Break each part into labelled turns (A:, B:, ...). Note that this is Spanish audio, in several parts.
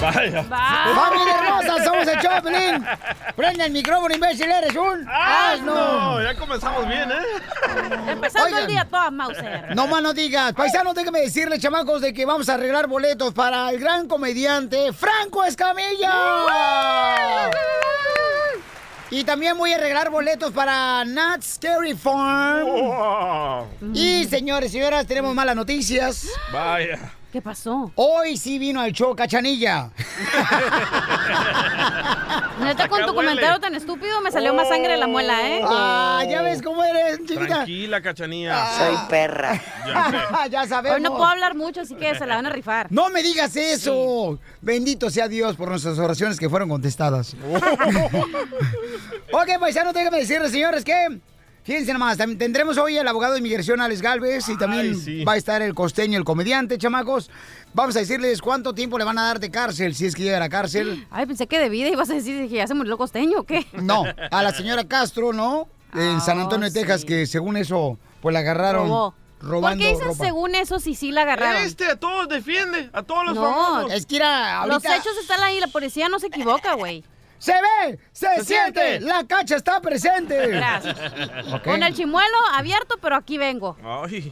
A: Vaya.
B: ¡Familia hermosa! ¡Somos el Choplin! ¡Prende el micrófono, imbécil! ¡Eres un asno!
C: Ya comenzamos bien, ¿eh?
D: Empezando
B: Oigan.
D: el día todas, Mauser.
B: No más no digas. Paisanos, déjame decirles, chamacos, de que vamos a arreglar boletos para el gran comediante Franco Escamilla. Y también voy a arreglar boletos para Not Scary Farm. Y señores, señoras, tenemos malas noticias.
C: Vaya.
B: ¿Qué pasó? Hoy sí vino al show Cachanilla.
D: Neta, con tu comentario tan estúpido me salió más sangre de la muela,
C: Oh.
D: ¿eh?
B: Ah, ya ves cómo eres, chiquita. Ah.
C: Tranquila, cachanilla.
B: Soy
C: perra.
B: ya sabemos.
D: Hoy no puedo hablar mucho, así que se la van a rifar.
B: No me digas eso. Bendito sea Dios por nuestras oraciones que fueron contestadas. ok, paisano, déjame decirles, señores, que fíjense nomás, también tendremos hoy al abogado de inmigración Alex Galvez y también va a estar el costeño, el comediante, chamacos. Vamos a decirles cuánto tiempo le van a dar de cárcel si es que llega a la cárcel.
D: Ay, pensé que de vida ibas a decir que ya se murió costeño, ¿o qué?
B: No, a la señora Castro, ¿no? En San Antonio de Texas, que según eso, pues la agarraron
D: Robó. ¿Por
B: robando
D: qué dicen
B: ropa.
D: según eso si sí la agarraron?
C: Este a todos defiende, a todos los
D: no,
C: famosos.
B: es que era
D: Los hechos están ahí, la policía no se equivoca, güey.
B: ¡Se ve! ¡Se,
D: Se
B: siente!
D: siente.
B: ¡La cacha está presente!
D: Gracias.
B: Ok.
D: Con el chimuelo abierto, pero aquí vengo.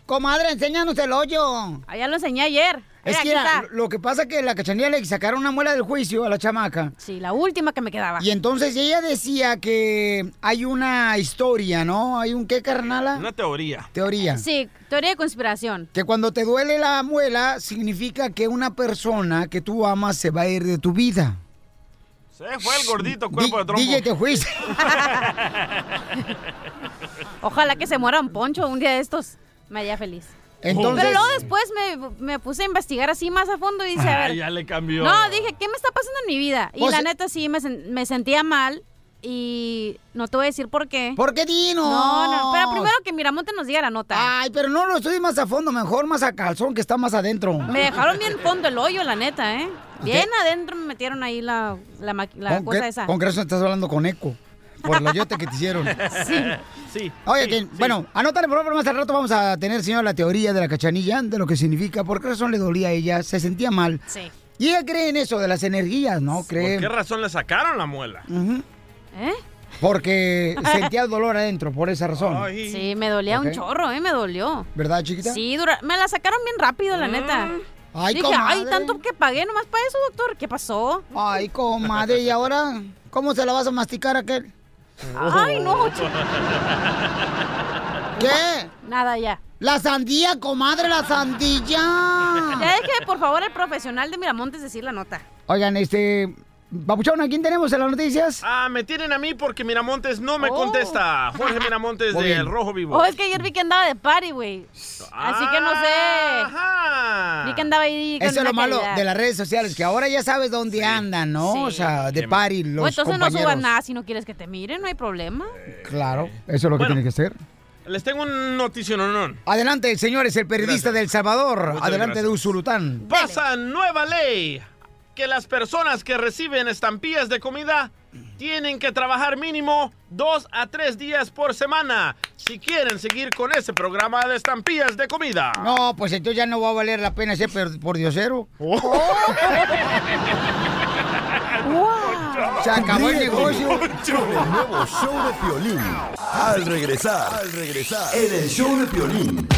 B: Comadre, enséñanos el hoyo.
D: Allá lo enseñé ayer.
B: Es
D: Mira,
B: que
D: aquí
B: mira,
D: está.
B: lo lo que pasa es que la cachanilla le sacaron una muela del juicio a la chamaca.
D: Sí, la última que me quedaba.
B: Y entonces ella decía que hay una historia, ¿no? Hay un qué, carnala?
C: Una teoría.
B: Teoría.
D: Sí, teoría de conspiración.
B: Que cuando te duele la muela significa que una persona que tú amas se va a ir de tu vida.
C: Se fue el gordito cuerpo de trompo.
B: DJ, te fuiste.
D: Ojalá que se muera un poncho un día de estos. Me haría feliz.
C: Entonces-
D: Pero luego después me, me puse a investigar así más a fondo y dice, a
C: Ah,
D: ver,
C: ya le cambió.
D: No, dije, ¿qué me está pasando en mi vida? Y
C: Pues,
D: la
C: eh,
D: neta sí me, sen- me sentía mal y no te voy a decir por qué.
B: ¿Por qué dinos?
D: No, no, pero primero que Miramonte nos diga la nota.
B: Ay, pues- pero no lo estudies más a fondo, mejor más a calzón que está más adentro.
D: Me dejaron bien fondo el hoyo, la neta, ¿eh? Bien adentro me metieron ahí la, la, maqui- la
B: ¿Con
D: cosa
B: qué-
D: esa.
B: con qué razón estás hablando con eco? Por la yota que te hicieron.
D: Sí.
C: Sí.
B: Oye, que- bueno, anótale por favor, más al rato vamos a tener, señor, la teoría de la cachanilla, de lo que significa, por qué razón le dolía a ella, se sentía mal.
D: Sí.
B: Y ella cree en eso, de las energías, ¿no? Cree.
C: ¿Por qué razón le sacaron la muela?
B: Ujú.
D: ¿Eh?
B: Porque sentía el dolor adentro, por esa razón.
D: Sí, me dolía
B: Ok.
D: un chorro, ¿eh? Me dolió.
B: ¿Verdad, chiquita?
D: Sí, dura- me la sacaron bien rápido,
C: Mm.
D: la neta.
B: Ay,
D: Dije,
B: comadre.
D: ay, tanto que pagué nomás para eso, doctor. ¿Qué pasó?
B: Ay, comadre, ¿y ahora cómo se la vas a masticar a aquel?
D: Ay,
C: Oh.
D: no, chico.
B: ¿Qué?
D: Nada, ya.
B: La sandía, comadre, la sandilla.
D: Ya deje, por favor, al profesional de Miramontes decir la nota.
B: Oigan, este. Papuchón, ¿a quién tenemos en las noticias?
C: Ah, me tienen a mí porque Miramontes no me
D: Oh.
C: contesta. Jorge Miramontes
B: Muy
C: de
B: bien.
C: El Rojo Vivo.
D: Oh, es que ayer vi que andaba de party, güey. Así que no sé. Vi que andaba ahí con
B: Eso es
D: una
B: lo malo
D: calidad.
B: de las redes sociales, que ahora ya sabes dónde andan, ¿no? O sea, de party, los
D: Bueno, Pues entonces no
B: compañeros.
D: subas nada si no quieres que te miren, no hay problema.
C: Eh.
B: Claro, eso es lo que tiene que ser.
C: Les tengo un noticiononón.
B: Adelante, señores, el periodista del Salvador.
C: Muchas
B: Adelante de
C: gracias.
B: Usulután.
C: Pasa nueva ley que las personas que reciben estampillas de comida tienen que trabajar mínimo dos a tres días por semana si quieren seguir con ese programa de estampillas de comida.
B: No, pues entonces ya no va a valer la pena ser per- por diosero.
C: Oh.
B: Se acabó el
E: Ríete
B: negocio.
E: con el nuevo show de Piolín. Al regresar, al regresar, en el show de Piolín.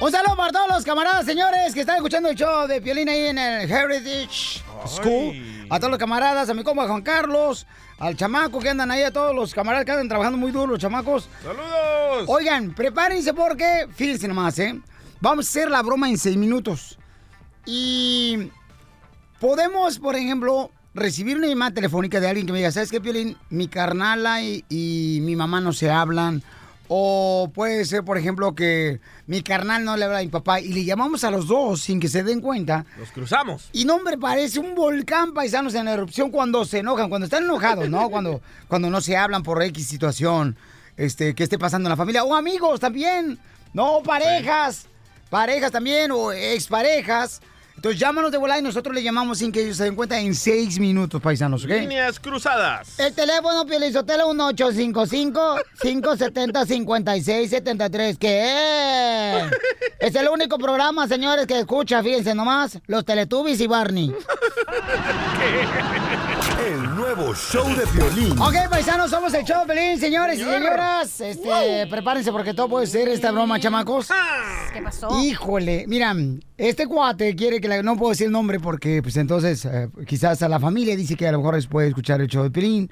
B: Un saludo para todos los camaradas, señores, que están escuchando el show de Piolín ahí en el Heritage School. A todos los camaradas, a mi compa Juan Carlos, al chamaco que andan ahí, a todos los camaradas que andan trabajando muy duro, los chamacos.
C: ¡Saludos!
B: Oigan, prepárense porque, fíjense nomás, ¿eh? Vamos a hacer la broma en seis minutos. Y podemos, por ejemplo, recibir una llamada telefónica de alguien que me diga, ¿sabes qué, Piolín? Mi carnala y, y mi mamá no se hablan. O puede ser, por ejemplo, que mi carnal no le habla a mi papá y le llamamos a los dos sin que se den cuenta.
C: Los cruzamos.
B: Y no, hombre, parece un volcán paisanos en erupción cuando se enojan, cuando están enojados, ¿no? Cuando, cuando no se hablan por X situación. este, que esté pasando en la familia. O amigos también. No, parejas. Parejas también o exparejas. Entonces llámanos de volar y nosotros le llamamos sin que ellos se den cuenta en seis minutos, paisanos, ¿ok?
C: Líneas cruzadas.
B: El teléfono Pielizotelo 1855-570-5673. ¿Qué? Es el único programa, señores, que escucha, fíjense nomás, los Teletubbies y Barney.
E: El nuevo show de violín.
B: Ok, paisanos, somos el show de Piolín, señores y señoras. Este, prepárense porque todo puede ser esta broma, chamacos.
F: Ah,
D: ¿Qué pasó?
B: Híjole, mira, este cuate quiere que la- no puedo decir el nombre porque pues entonces eh, quizás a la familia dice que a lo mejor les puede escuchar el show de Piolín,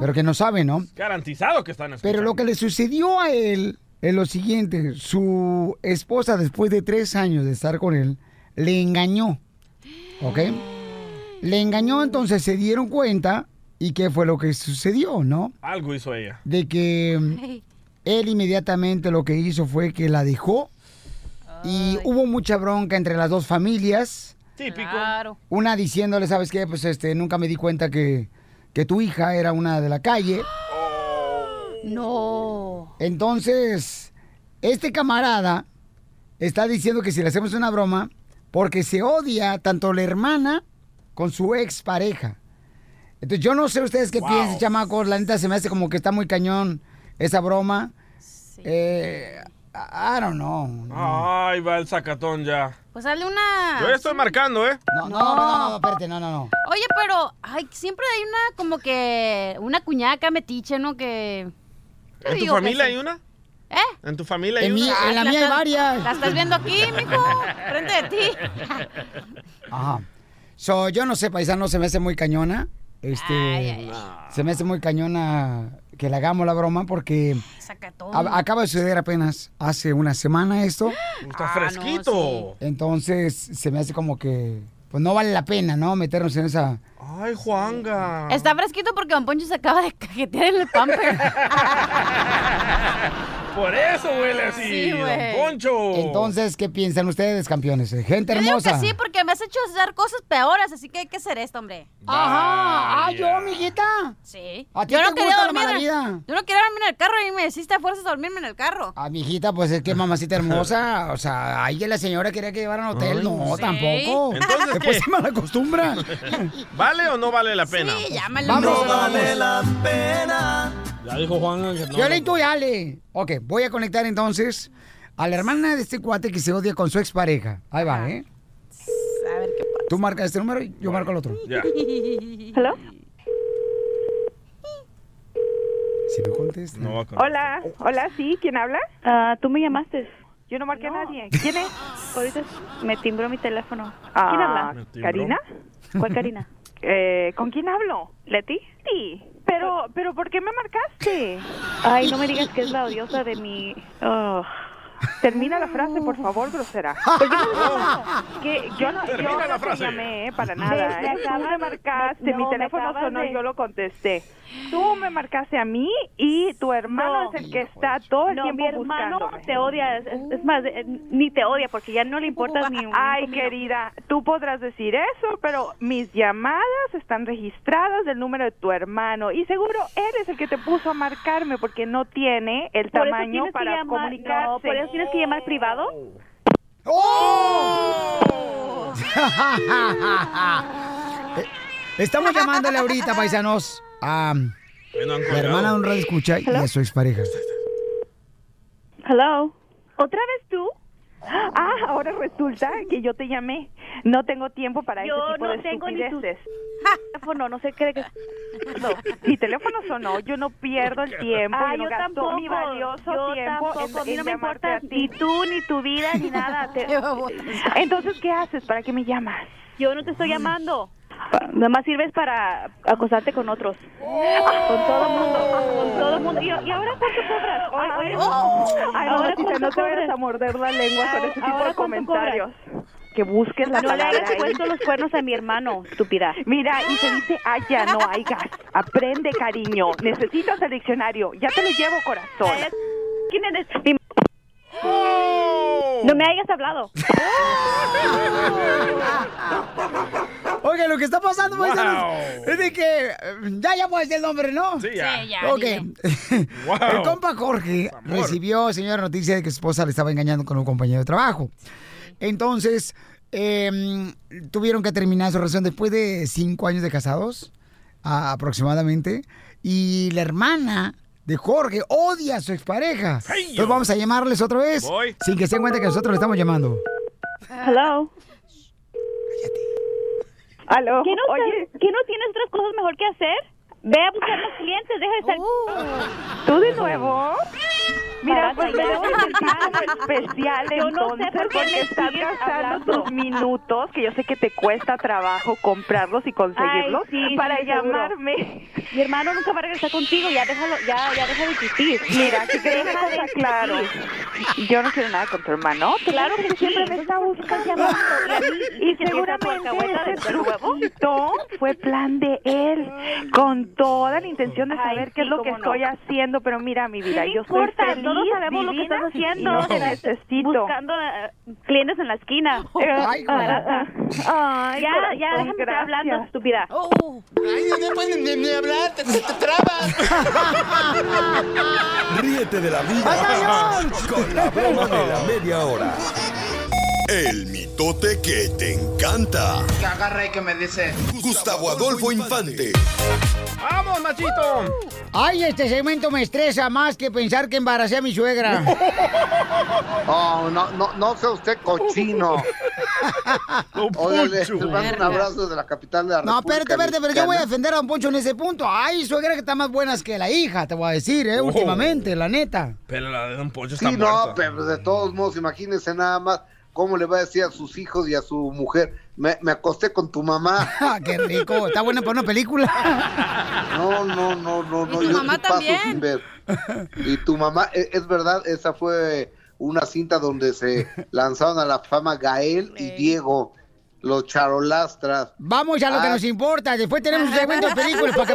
B: pero que no sabe, ¿no?
C: Garantizado que están escuchando.
B: Pero lo que le sucedió a él es lo siguiente, su esposa después de tres años de estar con él, le engañó, ¿ok? Le engañó, entonces se dieron cuenta y qué fue lo que sucedió, ¿no?
C: Algo hizo ella.
B: de que mm, él inmediatamente lo que hizo fue que la dejó y hubo mucha bronca entre las dos familias.
D: Ah.
C: Típico.
D: Claro.
B: Una diciéndole, ¿sabes qué? Pues este, nunca me di cuenta que, que tu hija era una de la calle.
D: No.
B: Entonces, este camarada está diciendo que si le hacemos una broma, porque se odia tanto la hermana con su expareja. Entonces, yo no sé ustedes qué piensan, chamacos. La neta se me hace como que está muy cañón esa broma. Eh, I I don't know.
C: Ay, va el sacatón ya.
D: Pues hazle una.
C: Yo ya estoy marcando, ¿eh?
B: No, no, no, no, no, espérate, no, no, no.
D: Oye, pero ay, siempre hay una como que una cuñaca metiche, ¿no? Que Yo
C: ¿En tu
D: digo que
C: familia
D: sí.
C: hay una?
D: ¿eh?
C: ¿En tu familia hay
B: En, mi-
C: una?
B: en la mía hay
D: estás-
B: varias.
D: La estás viendo aquí, mijo, frente de ti.
B: Ajá. So, yo no sé, paisano, se me hace muy cañona. Este,
D: Ay, ay,
B: se me hace muy cañona que le hagamos la broma porque
D: Sacatón.
B: a- acaba de suceder apenas hace una semana esto.
C: Está
D: Ah,
C: fresquito.
D: no,
B: Entonces, se me hace como que pues no vale la pena, ¿no? Meternos en esa.
C: Ay, Juanga.
D: Está fresquito porque Don Poncho se acaba de cajetear en el pamper.
C: Por eso huele así,
D: Sí,
C: don
D: güey.
C: Poncho.
B: Entonces, ¿qué piensan ustedes, campeones? Eh, Gente
D: Yo digo que
B: hermosa.
D: sí, porque me has hecho hacer cosas peores, así que hay que hacer esto, hombre.
B: Ajá. Ah, yo,
C: Vaya.
B: amiguita.
D: Sí.
B: ¿A ti
D: yo
B: te
D: no quería
B: gusta la
D: dormir. en-
B: maravilla?
D: Yo no quería dormir en el carro y me hiciste a fuerzas dormirme en el carro.
B: Ah, mijita, pues es que mamacita hermosa, o sea, ahí la señora quería que llevaran a un hotel, no,
D: sí.
B: tampoco. pues,
C: Entonces,
B: Después
C: ¿qué?
B: se malacostumbra.
C: ¿Vale o no vale la pena?
D: Sí, llámale.
B: Vamos.
D: hombre.
E: la pena.
C: Ya dijo Juanga que
B: Yo le y Ale. Ok, voy a conectar entonces a la hermana de este cuate que se odia con su expareja. Ahí va,
D: Ajá.
B: ¿eh?
D: A ver qué pasa.
B: Tú marcas este número y yo marco el otro.
C: Ya.
G: ¿Hola?
B: Si tú contestas.
C: No va con...
G: Hola,
B: oh.
G: hola, sí, ¿quién habla?
F: Ah, tú me llamaste.
G: Yo no marqué a nadie. ¿Quién es?
F: Ahorita me timbró mi teléfono.
G: ¿Quién
F: Ah,
G: habla?
C: timbró.
G: ¿Karina?
F: ¿Cuál Karina?
G: Eh, ¿Con quién hablo?
F: ¿Leti?
G: Sí. Pero, pero ¿por qué me marcaste?
F: Ay, no me digas que es la odiosa de mi... Oh.
G: Termina la frase, por favor, grosera.
F: Pues
G: Que yo no,
C: Termina
G: yo
C: la
G: no te
C: frase.
G: llamé eh, para
F: Me-
G: nada.
F: me
G: ¿eh? Tú
F: acabas
G: me
F: de-
G: marcaste,
F: no,
G: mi
F: me
G: teléfono
F: acabas
G: sonó
F: de-
G: y yo lo contesté. Tú me marcaste a mí y tu hermano
F: No.
G: es el que está todo el
F: No,
G: tiempo
F: mi hermano
G: buscándome.
F: te odia. Es, es- es más, eh, ni te odia porque ya no le importas ni un...
G: Ay,
F: comino.
G: querida, tú podrás decir eso, pero mis llamadas están registradas del número de tu hermano y seguro eres el que te puso a marcarme porque no tiene el
F: Por eso
G: tamaño
F: tienes que
G: para
F: llamar-
G: comunicarse.
F: No, por eso tienes que llamar privado.
B: ¡Oh! Estamos llamándole ahorita, paisanos, a
C: Que no han
B: la hermana de
C: colgado.
B: un radio escucha y a su expareja.
F: Hello.
G: ¿Otra vez tú? Ah, ahora resulta que yo te llamé. No tengo tiempo para
F: Yo
G: ese tipo
F: no
G: de
F: tengo ni tus-
G: estupideces.
F: Teléfono, no sé qué...
G: No, mi teléfono sonó, yo no pierdo el tiempo,
F: Ah,
G: yo no
F: yo
G: gasto
F: tampoco.
G: mi valioso
F: yo
G: tiempo en-
F: tampoco. a mí
G: en
F: no me
G: llamarte
F: importa
G: a ti.
F: ni tú, ni tu vida, ni nada. Te-
D: Qué babota.
G: Entonces, ¿qué haces? ¿Para qué me llamas?
F: Yo no te estoy llamando. Pa- Nada más sirves para acosarte con otros. Con todo mundo. Con todo mundo. ¿Y, y ahora cuánto cobras? Hoy- hoy-
G: Ay,
F: Ahora
G: mamacita,
F: cuánto
G: no te vayas
F: cobras.
G: a morder la lengua con
F: Ahora
G: ese tipo de
F: cuánto
G: comentarios. Que busques
F: No
G: la
F: le
G: palabra
F: hayas
G: ahí.
F: puesto los cuernos a mi hermano, estúpida.
G: Mira, y se dice haya, no hay gas. Aprende, cariño. Necesitas el diccionario. Ya te lo llevo, corazón.
F: ¿Quién eres? Mi- No me hayas hablado.
B: Oye, lo que está pasando,
A: Wow.
B: paisanos, es de que. eh, Ya, ya puedes decir el nombre, ¿no?
A: Sí, ya. Sí, ya,
B: Ok. El
A: Wow.
B: compa Jorge recibió, señora, noticia de que su esposa le estaba engañando con un compañero de trabajo. Entonces, eh, tuvieron que terminar su relación después de cinco años de casados, a- aproximadamente. Y la hermana de Jorge odia a su expareja. Entonces, vamos a llamarles otra vez,
A: Voy.
B: sin que se den cuenta que nosotros le estamos llamando.
G: Hello.
H: Aló.
G: ¿Qué no,
H: Oye.
G: ¿qué no tienes otras cosas mejor que hacer? Ve a buscar los clientes, deja de estar.
H: ¿Tú de nuevo? Mira,
G: Barata,
H: pues me
G: ya.
H: debo sentir como especial
G: Yo no sé
H: entonces
G: por qué me
H: porque estás
G: sigues
H: gastando
G: hablando.
H: tus minutos, que yo sé que te cuesta trabajo comprarlos y conseguirlos,
G: Ay, sí,
H: para
G: sí, seguro.
H: llamarme.
G: Mi hermano nunca va a regresar contigo, ya déjalo, ya, ya deja de existir.
H: Mira, que te dejo
G: Deja de
H: cosa claro. Yo no quiero nada con tu hermano.
G: Claro que siempre me está buscando.
H: Y
G: que
H: seguramente
G: alcahueta de
H: este
G: tu huevo.
H: truquito fue plan de él, con toda la intención de
G: Ay,
H: saber qué es
G: sí,
H: lo que
G: cómo no.
H: estoy haciendo. Pero mira, mi vida,
G: ¿Qué me
H: yo soy
G: importa?
H: feliz,
G: Todos sabemos lo que
H: divina,
G: estás haciendo.
H: y no te
G: Te-
H: necesito.
G: Buscando eh, clientes en la esquina.
B: Ay,
G: barata.
H: Ay,
G: Ya,
H: corazón,
G: ya, déjame estar
H: gracias.
G: hablando, estúpida.
D: Oh,
I: Ay, no pueden ni, ni hablar, te, te- te trabas.
E: Ríete de la vida
B: ¡Batallón!
E: con la broma de la media hora. El mitote que te encanta.
I: Que agarra y que me dice.
E: Gustavo Adolfo Infante.
C: ¡Vamos, machito!
B: Ay, este segmento me estresa más que pensar que embaracé a mi suegra.
I: Oh, no, no, no sea usted cochino. Óigale, les mando un abrazo de la capital de la
B: No, espérate,
I: República
B: espérate, pero yo voy a
I: Mexicana.
B: defender a Don Poncho en ese punto. Ay, suegra que está más buenas que la hija, te voy a decir,
I: Oh.
B: ¿eh? Últimamente, la neta.
C: Pero la de Don Poncho está
I: Sí, no,
C: muerta.
I: pero de todos modos, imagínense nada más cómo le va a decir a sus hijos y a su mujer. Me, me acosté con tu mamá.
B: Ah, qué rico. Está buena para una película.
I: No, no, no, no, no.
D: tu
I: yo
D: mamá
I: sí paso
D: también.
I: sin ver. Y tu mamá, e- es verdad, esa fue una cinta donde se lanzaron a la fama Gael y Diego, los charolastras.
B: Vamos a lo que
I: Ah.
B: nos importa. Después tenemos un segmento de películas para que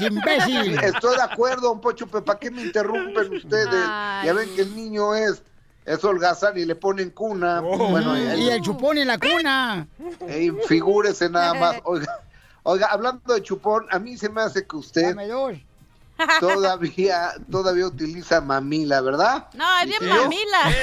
B: imbécil.
I: Estoy de acuerdo, don Pocho, pero ¿para qué me interrumpen ustedes?
D: Ay.
I: Ya ven que el niño es, es holgazán y le ponen cuna.
C: Oh.
I: Bueno,
B: Y el chupón en la cuna.
I: Ey, figúrese nada más. Oiga, oiga, hablando de chupón, a mí se me hace que usted
B: Dame dos.
I: todavía todavía utiliza mamila, ¿verdad?
D: No, es bien
I: ¿Y yo?
D: mamila.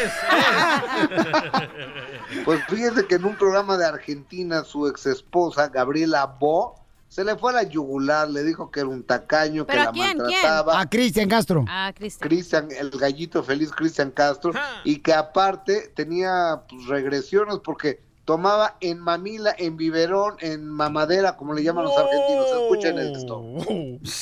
I: Pues fíjese que en un programa de Argentina su ex esposa, Gabriela Bo, se le fue a la yugular, le dijo que era un tacaño, que
D: ¿Pero a
I: la
D: quién?
I: maltrataba.
B: A Cristian Castro.
D: Ah, Cristian.
I: Cristian, el gallito feliz Cristian Castro,
C: Ajá.
I: y que aparte tenía pues, regresiones porque tomaba en mamila, en biberón, en mamadera, como le llaman los argentinos. Escuchen esto.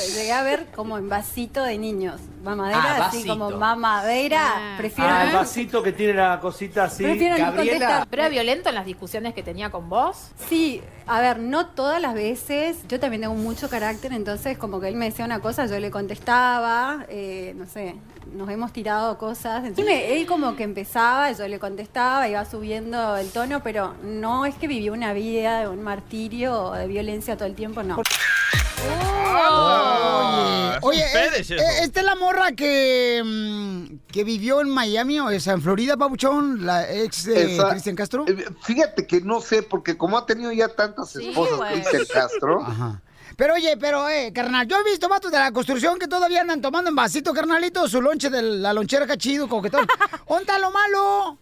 J: Llegué a ver como en vasito de niños. Mamadera,
K: Ah,
J: así
K: vasito.
J: como mamadera.
D: Ah.
J: Prefiero,
K: Ah, el vasito que tiene la cosita así.
J: prefiero ni contestar.
K: ¿Pero era violento en las discusiones que tenía con vos?
J: Sí, a ver, no todas las veces. Yo también tengo mucho carácter, entonces como que él me decía una cosa, yo le contestaba, eh, no sé, nos hemos tirado cosas. Entonces, me- él como que empezaba, yo le contestaba, iba subiendo el tono, pero no es que vivió una vida de un martirio o de violencia todo el tiempo, no.
K: Oh.
B: Oye,
C: Ah,
B: oye,
C: es un
B: es-
C: Pérez eso.
B: eh, ¿esta es la morra que, mm, que vivió en Miami o esa en Florida, Pabuchón? La ex de
I: Esa-
B: Cristian Castro.
I: Eh, Fíjate que no sé, porque como ha tenido ya tantas
D: Sí,
I: esposas
D: güey.
I: Cristian Castro,
B: Ajá. Pero oye, pero, eh, carnal, yo he visto vatos de la construcción que todavía andan tomando en vasito, carnalito, su lonche de la lonchera cachido, coquetón. ¿Onta lo malo? O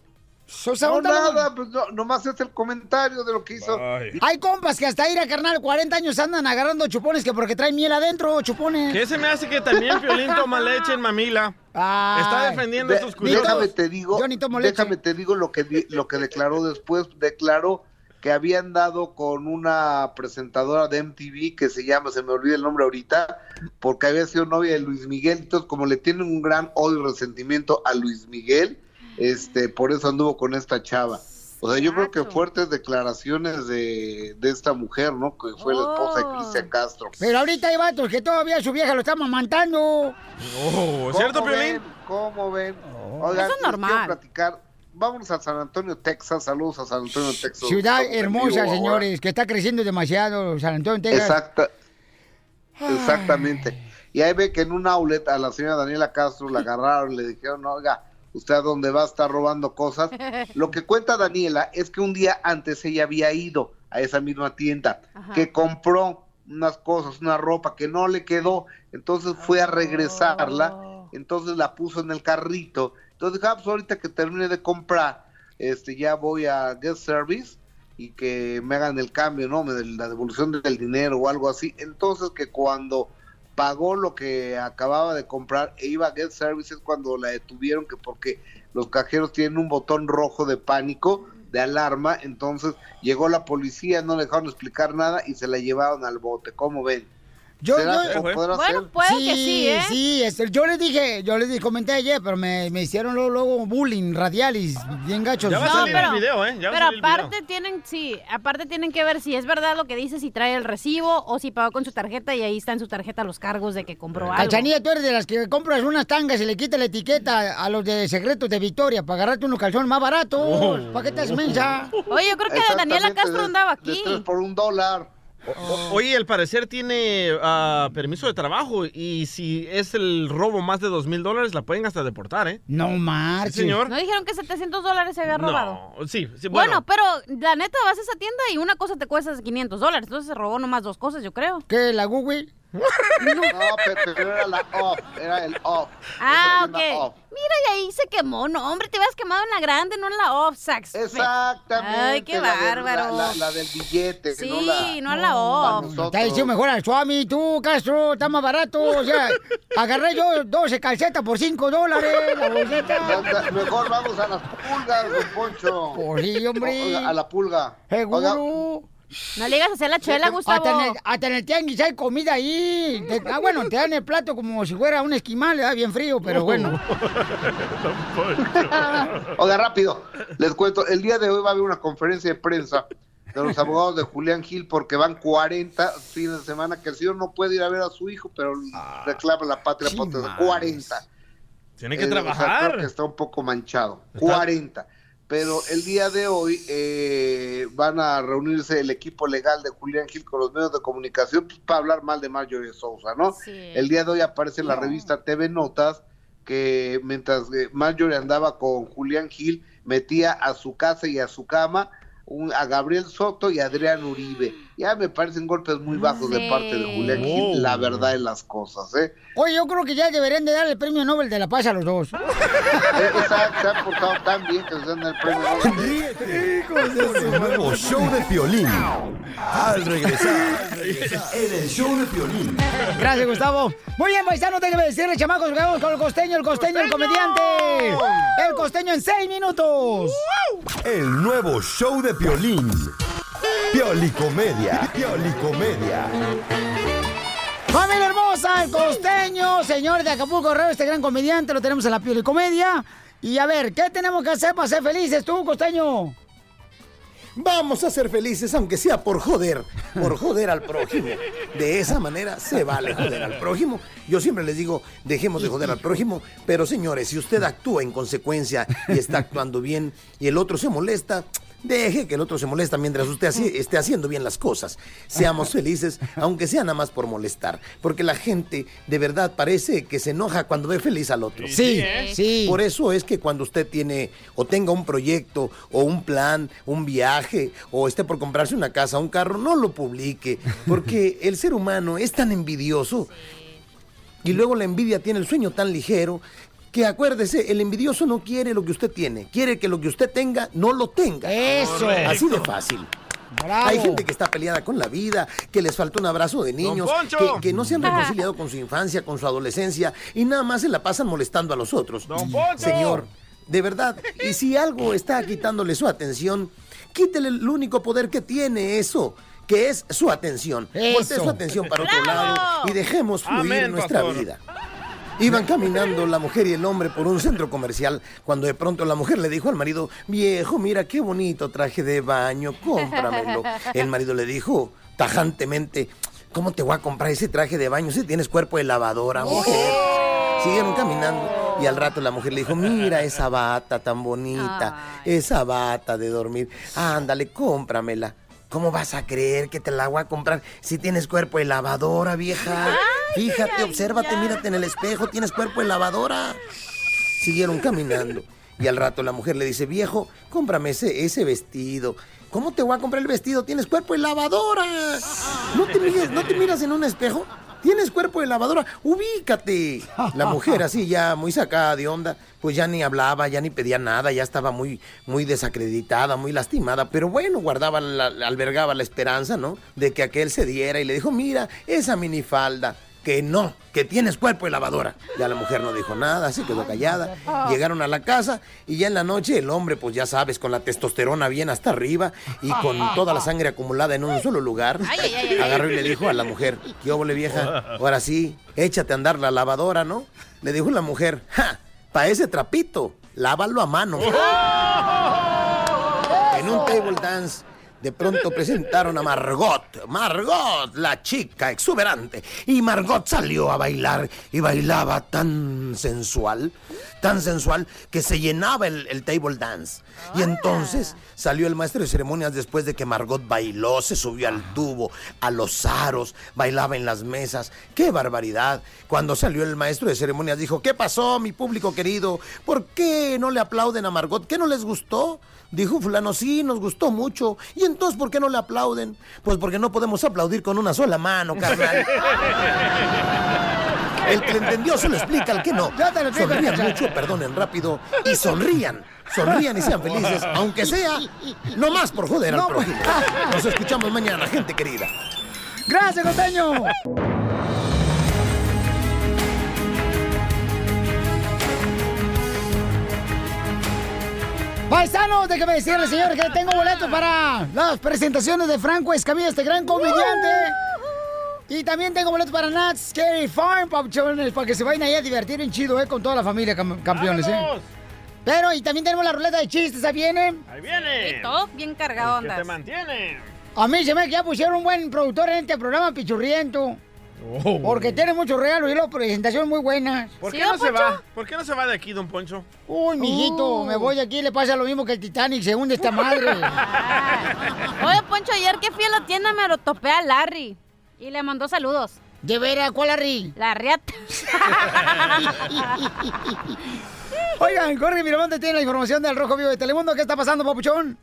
B: sea,
I: no
B: ¿onta lo-
I: nada, pues, no, nomás es el comentario de lo que hizo.
C: Ay.
B: Hay compas que hasta ir a carnal 40 años andan agarrando chupones que porque traen miel adentro, chupones.
C: ¿Qué se me hace que también Piolín toma leche en mamila?
B: Ay.
C: Está defendiendo
I: De-
C: estos curiosos.
I: déjame te digo,
B: Yo ni tomo leche.
I: déjame te digo lo que di- lo que declaró después, declaró que habían dado con una presentadora de MTV que se llama, se me olvida el nombre ahorita, porque había sido novia de Luis Miguel, entonces como le tienen un gran odio y resentimiento a Luis Miguel, este, por eso anduvo con esta chava. O sea, yo creo que
D: Gacho.
I: fuertes declaraciones de, de esta mujer, ¿no? Que fue la esposa de
D: Oh.
I: Cristian Castro.
B: Pero ahorita hay vatos que todavía su vieja lo está mamantando.
C: Oh, ¿Cierto,
I: ¿Cómo
C: Piolín?
I: ven? ¿Cómo ven? Oigan,
D: Eso es
I: les quiero
D: normal.
I: platicar. Vamos a San Antonio, Texas. Saludos a San Antonio, Texas.
B: Ciudad
I: Estamos en
B: hermosa,
I: vivo ahora.
B: señores, que está creciendo demasiado, San Antonio, Texas.
I: Exacta, exactamente. Y ahí ve que en un outlet a la señora Daniela Castro la agarraron y le dijeron, oiga, usted a dónde va a estar robando cosas. Lo que cuenta Daniela es que un día antes ella había ido a esa misma tienda,
L: Ajá.
I: que compró unas cosas, una ropa que no le quedó, entonces fue a regresarla, entonces la puso en el carrito. Entonces dijo, "Ah, pues ahorita que termine de comprar, este ya voy a guest service y que me hagan el cambio, ¿no? Me- La devolución del dinero o algo así. Entonces que cuando pagó lo que acababa de comprar e iba a Get Services cuando la detuvieron que porque los cajeros tienen un botón rojo de pánico, de alarma, entonces llegó la policía, no le dejaron explicar nada y se la llevaron al bote, ¿cómo ven?
B: Yo,
I: ¿Será
B: yo- eh,
I: que podrá ser?
B: Sí, este, yo les dije, yo les dije- comenté ayer, pero me, me hicieron luego, luego bullying radial y bien gachos.
C: Ya va a
B: No,
C: salir el
B: pero-
C: video, ¿eh? Ya va a
D: Pero
C: salir el video.
D: aparte tienen, sí, aparte tienen que ver si es verdad lo que dice, si trae el recibo o si pagó con su tarjeta y ahí está en su tarjeta los cargos de que compró algo.
B: Cachanilla, tú eres de las que compras unas tangas y le quitas la etiqueta a los de Secretos de Victoria para agarrarte unos calzones más baratos.
C: Oh.
B: ¿Para qué te haces mensa?
D: Oye, yo creo que Daniela Castro andaba aquí.
I: por un dólar.
C: Oye, al parecer tiene ah, permiso de trabajo y si es el robo más de dos mil dólares, la pueden hasta deportar, ¿eh?
B: No marches.
C: Sí, señor.
D: ¿No dijeron que 700 dólares se había robado?
C: No, sí, sí, bueno.
D: Bueno, pero la neta vas a esa tienda y una cosa te cuesta 500 dólares. Entonces se robó nomás dos cosas, yo creo.
B: ¿Qué? ¿La Google?
I: No, pero, pero era la off, era el off.
D: Ah,
I: Esa
D: ok.
I: era una off.
D: Mira, y ahí se quemó. No, hombre, te habías quemado en la grande, no en la off, Sax.
I: Exactamente.
D: Ay, qué
I: la del- la-
D: bárbaro.
I: La, la del billete.
D: Sí,
I: no la,
D: no la off.
I: nosotros.
B: Te ha dicho mejor al Suami, tú, Castro, está más barato. O sea, agarré yo 12 calcetas por 5 dólares, la bolsita.
I: Me- Mejor vamos a las pulgas, don Poncho.
B: Pues sí, hombre.
I: Oiga, A la pulga.
B: Seguro.
D: No le digas a hacer la chela, Gustavo.
B: Hasta en, el, hasta en el tianguis hay comida ahí. Te- ah, bueno, te dan el plato como si fuera un esquimal, da bien frío, pero bueno.
I: Oiga, rápido, les cuento, el día de hoy va a haber una conferencia de prensa de los abogados de Julián Gil porque van 40 fines de semana que el señor no puede ir a ver a su hijo, pero reclama la patria potestad. 40.
C: Tiene que
I: Eh, o sea,
C: trabajar.
I: creo que está un poco manchado. 40. Pero el día de hoy eh, van a reunirse el equipo legal de Julián Gil con los medios de comunicación pues, para hablar mal de Marjorie Sousa, ¿no? El día de hoy aparece en la revista TV Notas que mientras eh, Marjorie andaba con Julián Gil, metía a su casa y a su cama un- a Gabriel Soto y a Adrián Uribe. Ya me parecen golpes muy bajos
B: Sí.
I: de parte de Julián Gil, la verdad de las cosas, ¿eh?
B: Oye, yo creo que ya deberían de dar el premio Nobel de la Paz a los dos.
I: Eh, Se han portado tan bien que les dan el premio. Nobel.
E: Con el nuevo show de Piolín. Al regresar, al regresar, en el show de Piolín.
B: Gracias, Gustavo. Muy bien, paisano, tengo que decirle, chamacos, que vamos con el costeño, el costeño, el comediante. El costeño en seis minutos.
E: El nuevo show de Piolín. Piolicomedia, Piolicomedia.
B: Familia hermosa, el costeño, señor de Acapulco Correo, este gran comediante, lo tenemos en la piel y comedia. Y a ver, ¿qué tenemos que hacer para ser felices tú, costeño?
M: Vamos a ser felices, aunque sea por joder, por joder al prójimo. De esa manera se vale joder al prójimo. Yo siempre les digo, dejemos de joder al prójimo, pero señores, si usted actúa en consecuencia y está actuando bien y el otro se molesta, deje que el otro se molesta mientras usted así- esté haciendo bien las cosas. Seamos felices, aunque sea nada más por molestar, porque la gente de verdad parece que se enoja cuando ve feliz al otro.
B: Sí, ¿eh? sí.
M: Por eso es que cuando usted tiene o tenga un proyecto o un plan, un viaje o esté por comprarse una casa, un carro, no lo publique, porque el ser humano es tan envidioso y luego la envidia tiene el sueño tan ligero que acuérdese, el envidioso no quiere lo que usted tiene, quiere que lo que usted tenga no lo tenga.
B: Eso.
M: Así de fácil. Hay gente que está peleada con la vida, que les falta un abrazo de niños,
C: Poncho.
M: que, que no se han reconciliado con su infancia, con su adolescencia y nada más se la pasan molestando a los otros. Señor, de verdad, y si algo está quitándole su atención, quítele el único poder que tiene eso, que es su atención. Voltee su atención para otro lado y dejemos fluir
C: Amén,
M: nuestra
C: pastor.
M: vida. Iban caminando la mujer y el hombre por un centro comercial cuando de pronto la mujer le dijo al marido, viejo, mira qué bonito traje de baño, cómpramelo. El marido le dijo tajantemente, ¿cómo te voy a comprar ese traje de baño si tienes cuerpo de lavadora, mujer? Siguieron caminando y al rato la mujer le dijo, mira esa bata tan bonita, esa bata de dormir, ándale, cómpramela. ¿Cómo vas a creer que te la voy a comprar si tienes cuerpo de lavadora, vieja? Fíjate, obsérvate, mírate en el espejo, tienes cuerpo de lavadora. Siguieron caminando. Y al rato la mujer le dice, viejo, cómprame ese, ese vestido. ¿Cómo te voy a comprar el vestido? Tienes cuerpo de lavadora. ¿No te, miras, ¿No te miras en un espejo? Tienes cuerpo de lavadora. Ubícate. La mujer así ya muy sacada de onda, pues ya ni hablaba, ya ni pedía nada, ya estaba muy, muy desacreditada, muy lastimada. Pero bueno, guardaba, la- la- albergaba la esperanza, ¿no? De que aquel se diera y le dijo, mira, esa minifalda. Que no, que tienes cuerpo de lavadora. Ya la mujer no dijo nada, se quedó callada.
L: no.
M: Llegaron a la casa y ya en la noche el hombre, pues ya sabes, con la testosterona bien hasta arriba y con toda la sangre acumulada en un solo lugar, agarró y le dijo a la mujer, ¿qué óvole vieja? Ahora sí, échate a andar la lavadora, ¿no? Le dijo la mujer, ¡ja! Pa' ese trapito, lávalo a mano. Oh.
F: Oh.
M: En un table dance, de pronto presentaron a Margot. Margot, la chica exuberante. Y Margot salió a bailar y bailaba tan sensual, tan sensual que se llenaba el, el table dance. Y entonces salió el maestro de ceremonias después de que Margot bailó, se subió al tubo, a los aros, bailaba en las mesas. ¡Qué barbaridad! Cuando salió el maestro de ceremonias dijo, ¿qué pasó, mi público querido? ¿Por qué no le aplauden a Margot? ¿Qué no les gustó? Dijo fulano, sí, nos gustó mucho. ¿Y entonces por qué no le aplauden? Pues porque no podemos aplaudir con una sola mano, carnal. El que le entendió se lo explica, al que no.
L: explico,
M: Sonrían
L: ya.
M: mucho, perdonen rápido y sonrían. Sonrían y sean felices, aunque sea no más por joder al
L: No,
M: prójimo. Nos escuchamos mañana, gente querida.
B: Gracias, costeño. Paisanos, déjame decirle, señor, que tengo boletos para las presentaciones de Franco Escamilla, este gran comediante. Y también tengo boletos para Nats Scary Farm, papuchones, para que se vayan ahí a divertir en chido, eh, con toda la familia, cam- campeones, eh.
C: ¡Vámonos!
B: Pero, y también tenemos la ruleta de chistes, ahí viene.
C: Ahí viene.
D: Top bien cargado
C: Que te
D: andas.
C: mantiene.
B: A mí se me que ya pusieron un buen productor en este programa, Pichurriento. Porque tiene muchos regalos y las presentaciones muy buenas.
C: Oh. ¿Por
D: pues,
C: qué no se va? ¿Por qué no se va de aquí, don Poncho?
B: Uy, mijito,
C: Uh.
B: me voy de aquí le pasa lo mismo que el Titanic, se hunde esta madre.
D: Oye, Poncho, ayer que fui a la tienda me lo topé a Larry y le mandó saludos.
B: ¿De veras? ¿Cuál Larry?
D: La riata.
B: Oigan, Jorge Miramonte tiene la información del Rojo Vivo de Telemundo. ¿Qué está pasando, papuchón?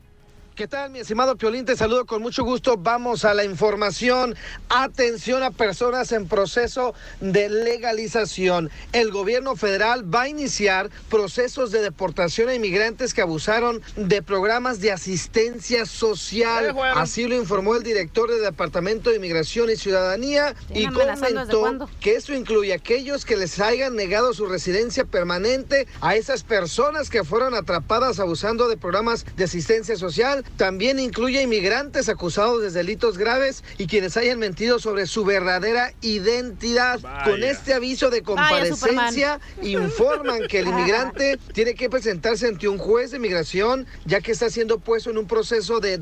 N: ¿Qué tal, mi estimado Piolín? Te saludo con mucho gusto. Vamos a la información. Atención a personas en proceso de legalización. El gobierno federal va a iniciar procesos de deportación a inmigrantes que abusaron de programas de asistencia social.
O: Eh, bueno.
N: Así lo informó el director del Departamento de Inmigración y Ciudadanía y
O: Tienen amenazando desde
N: comentó
O: cuándo.
N: que esto incluye a aquellos que les hayan negado su residencia permanente, a esas personas que fueron atrapadas abusando de programas de asistencia social, también incluye a inmigrantes acusados de delitos graves y quienes hayan mentido sobre su verdadera identidad. Con este aviso de
O: Vaya, Superman.
N: comparecencia informan que el inmigrante tiene que presentarse ante un juez de inmigración ya que está siendo puesto en un proceso de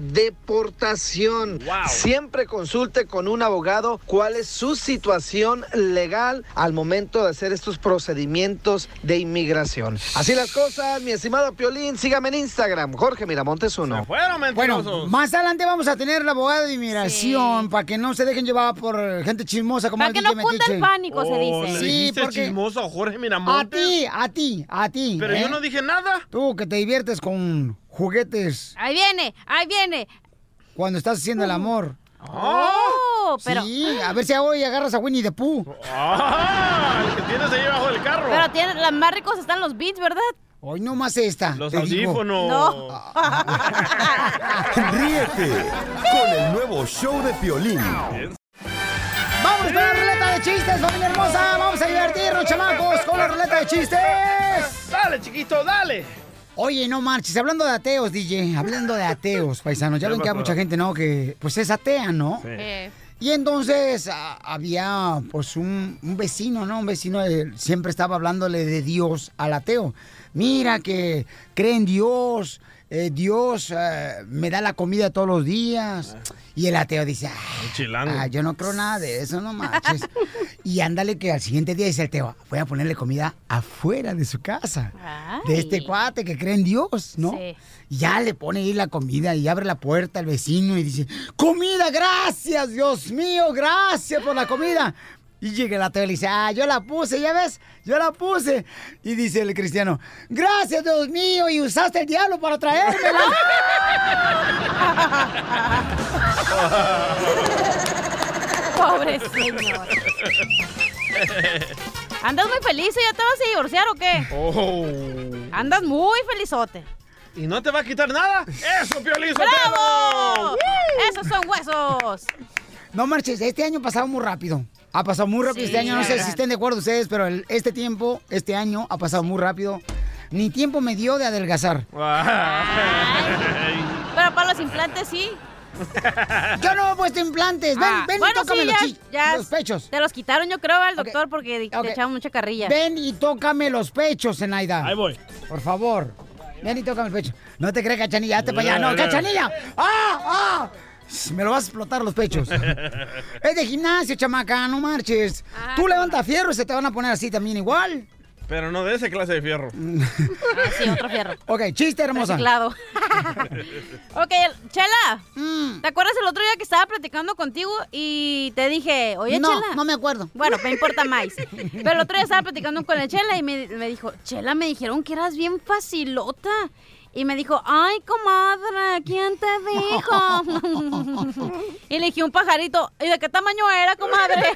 N: deportación. Siempre consulte con un abogado cuál es su situación legal al momento de hacer estos procedimientos de inmigración. Así las cosas, mi estimado Piolín, sígame en Instagram, Jorge Miramontes uno.
B: Bueno, más adelante vamos a tener la abogada de inmigración para que no se dejen llevar por gente chismosa como
D: Para
B: el
D: que
B: DJ
D: no cunde el
B: Metiche.
D: pánico, se
C: Oh,
D: dice.
C: ¿le
B: Sí,
C: dijiste
B: porque-
C: chismoso a Jorge
B: A
C: Miramonte?
B: ti, a ti, a ti.
C: Pero yo no
B: dije nada. Tú que te diviertes con juguetes
D: Ahí viene, ahí viene.
B: cuando estás haciendo
D: Uh.
B: el amor.
C: Ah.
D: Oh, pero.
B: Sí, a ver si hoy agarras a Winnie the Pooh.
C: ¡Ah! El que tienes ahí abajo del carro.
D: Pero tiene, las más ricos están los beats, ¿verdad?
B: Hoy nomás esta.
C: Los
B: te digo.
C: audífonos.
D: No.
E: Ríete con el nuevo show de Piolín.
B: Vamos con la ruleta de chistes, familia hermosa. Vamos a divertirnos, chamacos, con la ruleta de chistes.
C: Dale, chiquito, dale.
B: Oye, no marches, hablando de ateos, DJ, hablando de ateos, paisanos, ya
C: ¿Qué
B: ven que hay
C: pasó?
B: mucha gente, ¿no? Que pues es atea, ¿no?
D: Eh.
C: Sí.
B: Y entonces a- había pues un, un vecino, ¿no? Un vecino eh, siempre estaba hablándole de Dios al ateo. Mira que cree en Dios, eh, Dios eh, me da la comida todos los días. Y el ateo dice, "Ah,
C: El chilango.
B: Ah, yo no creo nada de eso, no manches. y ándale que al siguiente día dice el Teo, voy a ponerle comida afuera de su casa. De este cuate que cree en Dios, ¿no? Ya le pone ahí la comida y abre la puerta al vecino y dice, comida, gracias, Dios mío, gracias por la comida. Y llega la tele y dice, ah, yo la puse, ya ves, yo la puse. Y dice el cristiano, gracias Dios mío, y usaste el diablo para traérmela.
D: Pobre señor. ¿Andas muy feliz y ya te vas a divorciar o qué?
C: Oh.
D: Andas muy felizote.
C: ¿Y no te va a quitar nada? ¡Eso, Piolín Sotelo!
D: ¡Bravo! ¡Esos son huesos!
B: No marches, este año ha pasado muy rápido. Ha pasado muy rápido
D: Sí,
B: este año, no
D: la
B: sé si
D: verdad.
B: estén de acuerdo ustedes, pero el- este tiempo, este año ha pasado muy rápido. Ni tiempo me dio de adelgazar.
D: Pero para los implantes sí. Ah,
B: Yo no he puesto implantes. Ven, ven y tócame los chi- los
D: pechos. Te los quitaron, yo creo, al doctor porque di-
B: Ok.
D: le echaban mucha carrilla.
B: Ven y tócame los pechos, Zenaida. Ahí voy. Por favor. Ven y tócame el pecho. No te creas, cachanilla. Hazte para allá. No, cachanilla. ¡Ah! ¡Ah! Me lo vas a explotar los pechos. Es de gimnasio, chamaca. No marches.
D: Ah,
B: Tú levanta fierro y se te van a poner así también igual.
C: Pero no de esa clase de fierro.
D: sí, otro fierro.
B: Ok, chiste hermosa.
D: Reciclado. Ok, Chela,
B: Mm.
D: ¿te acuerdas el otro día que estaba platicando contigo y te dije, oye,
B: No,
D: Chela?
B: no me acuerdo.
D: Bueno, me importa más. Pero el otro día estaba platicando con el Chela y me, me dijo, Chela, me dijeron que eras bien facilota. Y me dijo, ay, comadre, ¿quién te dijo? y le dije un pajarito, ¿y de qué tamaño era, comadre?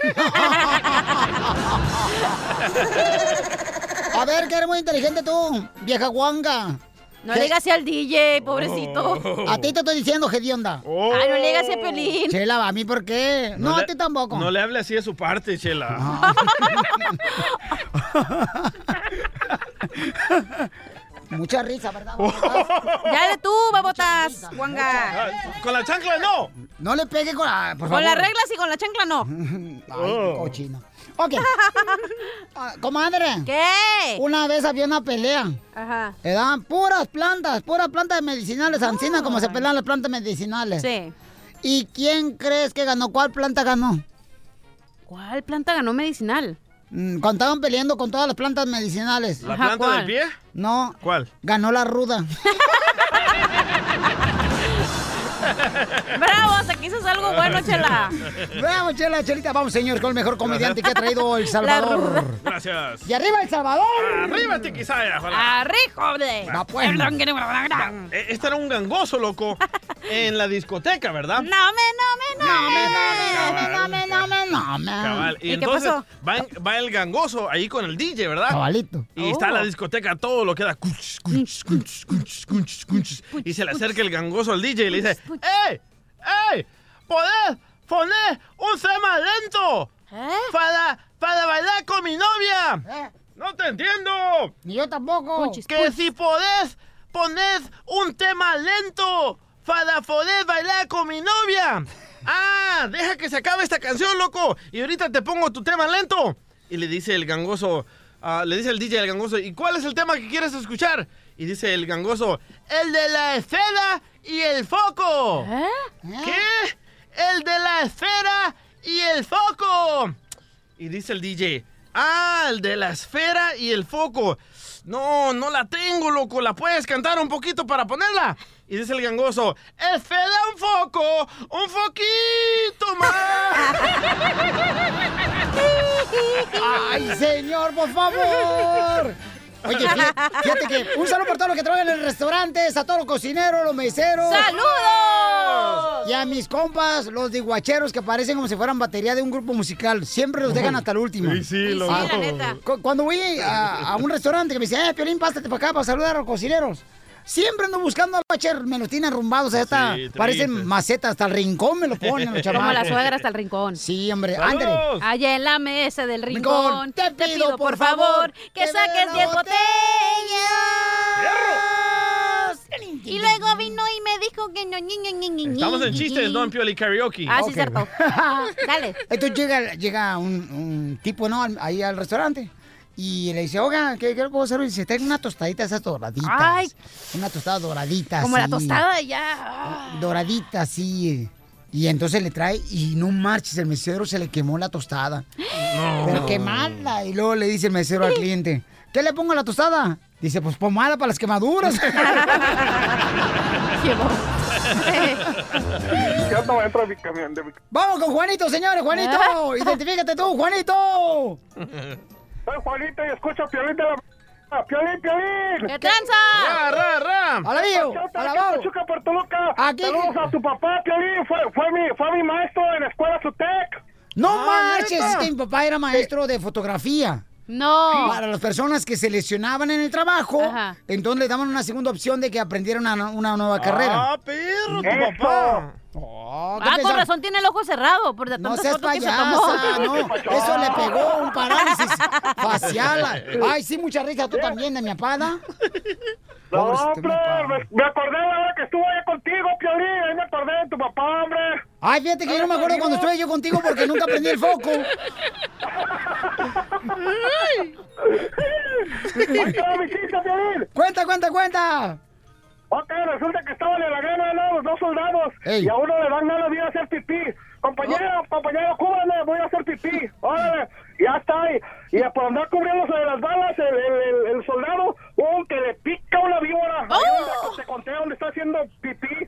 B: A ver, que eres muy inteligente tú, vieja guanga.
D: No le digas así al DJ, pobrecito.
B: A ti te estoy diciendo, hedionda.
D: Oh. Ay, no le digas así a Piolín.
B: Chela, ¿a mí por qué? No,
C: le-
B: a ti tampoco.
C: No le hable así de su parte, Chela.
B: Mucha risa, ¿verdad?
C: Oh.
D: Ya de tú, babotas, guanga.
C: Con la chancla no.
B: No le pegue con la... Por
D: Con las
B: favor.
D: reglas y con la chancla no.
B: Ay, qué
C: Oh.
B: cochino. Ok. Ah, comadre.
D: ¿Qué?
B: Una vez había una pelea.
D: Ajá.
B: Le daban ¿Eh, puras plantas, puras plantas medicinales, ancina, como se pelean las plantas medicinales.
D: Sí.
B: ¿Y quién crees que ganó? ¿Cuál planta ganó?
D: ¿Cuál planta ganó medicinal?
B: Mm, Cuando estaban peleando con todas las plantas medicinales.
C: ¿La Ajá, planta ¿cuál? del pie?
B: No.
C: ¿Cuál?
B: Ganó la ruda.
D: Bravo, hasta aquí es algo bueno, Chela.
B: Vamos, Chela, Chelita. Vamos, señor, con el mejor comediante que ha traído El
D: La
B: Salvador.
D: ruda.
C: Gracias.
B: ¡Y arriba El Salvador!
C: Arriba, tiquisaya.
D: ¡Arriba, hombre!
C: Va, pues. Eh, Este era un gangoso, loco. En la discoteca, ¿verdad?
D: No me, no me, no me,
B: no me, no me, no me.
C: Cabal. Y, entonces Va, en- va el gangoso ahí con el DJ, ¿verdad?
B: Cabalito.
C: Y está la discoteca, todo lo queda. cuch, cuch, cuch, cuch, cuch, cuch. Y se le acerca el gangoso al DJ y le dice: ¡Ey! ¡Ey! ¡Podés poner un tema lento!
B: ¿Eh?
C: Para, para bailar con mi novia. ¡No te entiendo!
B: Ni yo tampoco.
C: que si podés poner un tema lento para poder bailar con mi novia. ¡Ah! Deja que se acabe esta canción, loco. Y ahorita te pongo tu tema lento. Y le dice el gangoso, ah, le dice el DJ al gangoso, ¿y cuál es el tema que quieres escuchar? Y dice el gangoso, el de la esfera y el foco.
B: ¿Eh?
C: ¿Qué? El de la esfera y el foco. Y dice el DJ, ah, el de la esfera y el foco. No, no la tengo, loco. ¿La puedes cantar un poquito para ponerla? Y dice el gangoso, esfera, un foco, un foquito más.
B: ¡Ay, señor, por favor! Oye, fí- fíjate que un saludo por todos los que trabajan en el restaurante, a todos los cocineros, los meseros.
D: ¡Saludos!
B: Y a mis compas, los diguacheros que parecen como si fueran batería de un grupo musical. Siempre los dejan hasta el último.
C: Sí, sí, Sí, lo- sí, la
B: Ah,
C: neta.
B: cu- Cuando voy a, a un restaurante que me dice, eh, Piolín, pásate para acá para saludar a los cocineros. Siempre ando buscando al guacher, me los tienen arrumbados, hasta
D: Sí, tristes.
B: parecen macetas, hasta el rincón me lo ponen los chamacos.
D: Como la suegra hasta el rincón.
B: Sí, hombre, ándale.
D: Allá en la mesa del rincón.
B: Rincón.
D: Te pido, por favor, que saques 10 botellas. Y luego vino y me dijo que no.
C: Estamos en chistes, no en Pioli Karaoke.
D: Ah, sí, cierto. Dale.
B: Entonces llega, llega un, un tipo, ¿no? Al- Ahí al restaurante. Y le dice, oiga, ¿qué, qué le puedo servir? Y dice, tengo una tostadita de esas doraditas.
D: Ay.
B: Una tostada doradita.
D: Como la
B: así,
D: tostada ya.
B: Doradita, sí. Y entonces le trae y no marches, el mesero se le quemó la tostada. Pero qué mala. Y luego le dice el mesero al cliente, ¿qué le pongo a la tostada? Dice, pues pomada para las quemaduras.
L: Yo no entro a mi camión de mi
B: Vamos con Juanito, señores, Juanito. Identifícate tú, Juanito.
L: Soy Juanito y escucho Piolín de la... Piolín, Piolín.
D: ¡Qué tranza!
L: ¡Ra, ra, ra!
B: ¡Hola, vivo! ¡Hola, vamos!
L: Pachuca, Puerto Luca. Saludos a tu papá, Piolín. Fue, fue, mi, fue mi maestro en la escuela Sutec.
B: No
L: Ah,
B: marches,
L: ¿neta?
B: es que mi papá era maestro de fotografía.
D: No.
B: Para las personas que se lesionaban en el trabajo, entonces le daban una segunda opción de que aprendieran una, una nueva carrera.
C: ¡Ah, perro, tu
B: Eso.
C: papá!
B: Oh, ¿qué
D: Ah, con
B: pensaba?
D: razón tiene el ojo cerrado por de
B: No
D: tantas
B: seas
D: fotos que se
B: payasa,
D: tomó.
B: no. Eso le pegó un parálisis facial. Ay, sí, mucha risa tú también de mi apada. este,
L: No,
B: Pobrecito,
L: hombre, me, me acordé de la hora que estuvo allá contigo, Piolín. Ahí me acordé de tu papá, hombre.
B: Ay, fíjate que yo no me acuerdo cuando estuve yo contigo porque nunca prendí el foco. Cuenta, cuenta, cuenta.
L: Ok, resulta que estaban en la guerra de los dos soldados
B: Ey.
L: y a uno le dan ganas de ir a hacer pipí. Compañero, compañero, cúbrame, voy a hacer pipí. Órale, ya está ahí. Y por andar cubriéndose de las balas, el, el- el- el soldado, oh, que le pica una víbora. Ahí donde te conté donde está haciendo pipí.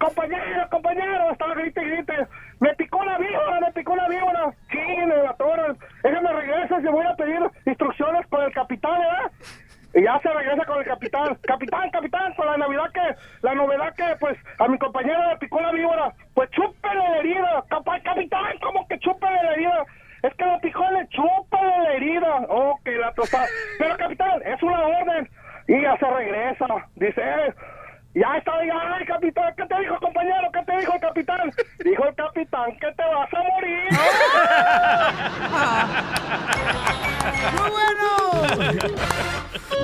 L: Compañero, compañero, estaba grite y grite. Me picó una víbora, me picó una víbora. Chile, la torre. Ella me regresa y le voy a pedir instrucciones con el capitán, ¿verdad? Y ya se regresa con el capitán. Capitán, capitán, con la Navidad que, la novedad que, pues, a mi compañero le picó la víbora. Pues chúpele la herida. Capaz, capitán, ¿cómo que chúpele la herida? Es que la picó, le chúpele la herida. Oh, que la tostada. Pero, capitán, es una orden. Y ya se regresa. Dice, "Eh, ya está, ya, ay, capitán, ¿qué te dijo, compañero? ¿Qué te dijo el capitán? Dijo el capitán que te vas a morir.
B: ¡Muy bueno!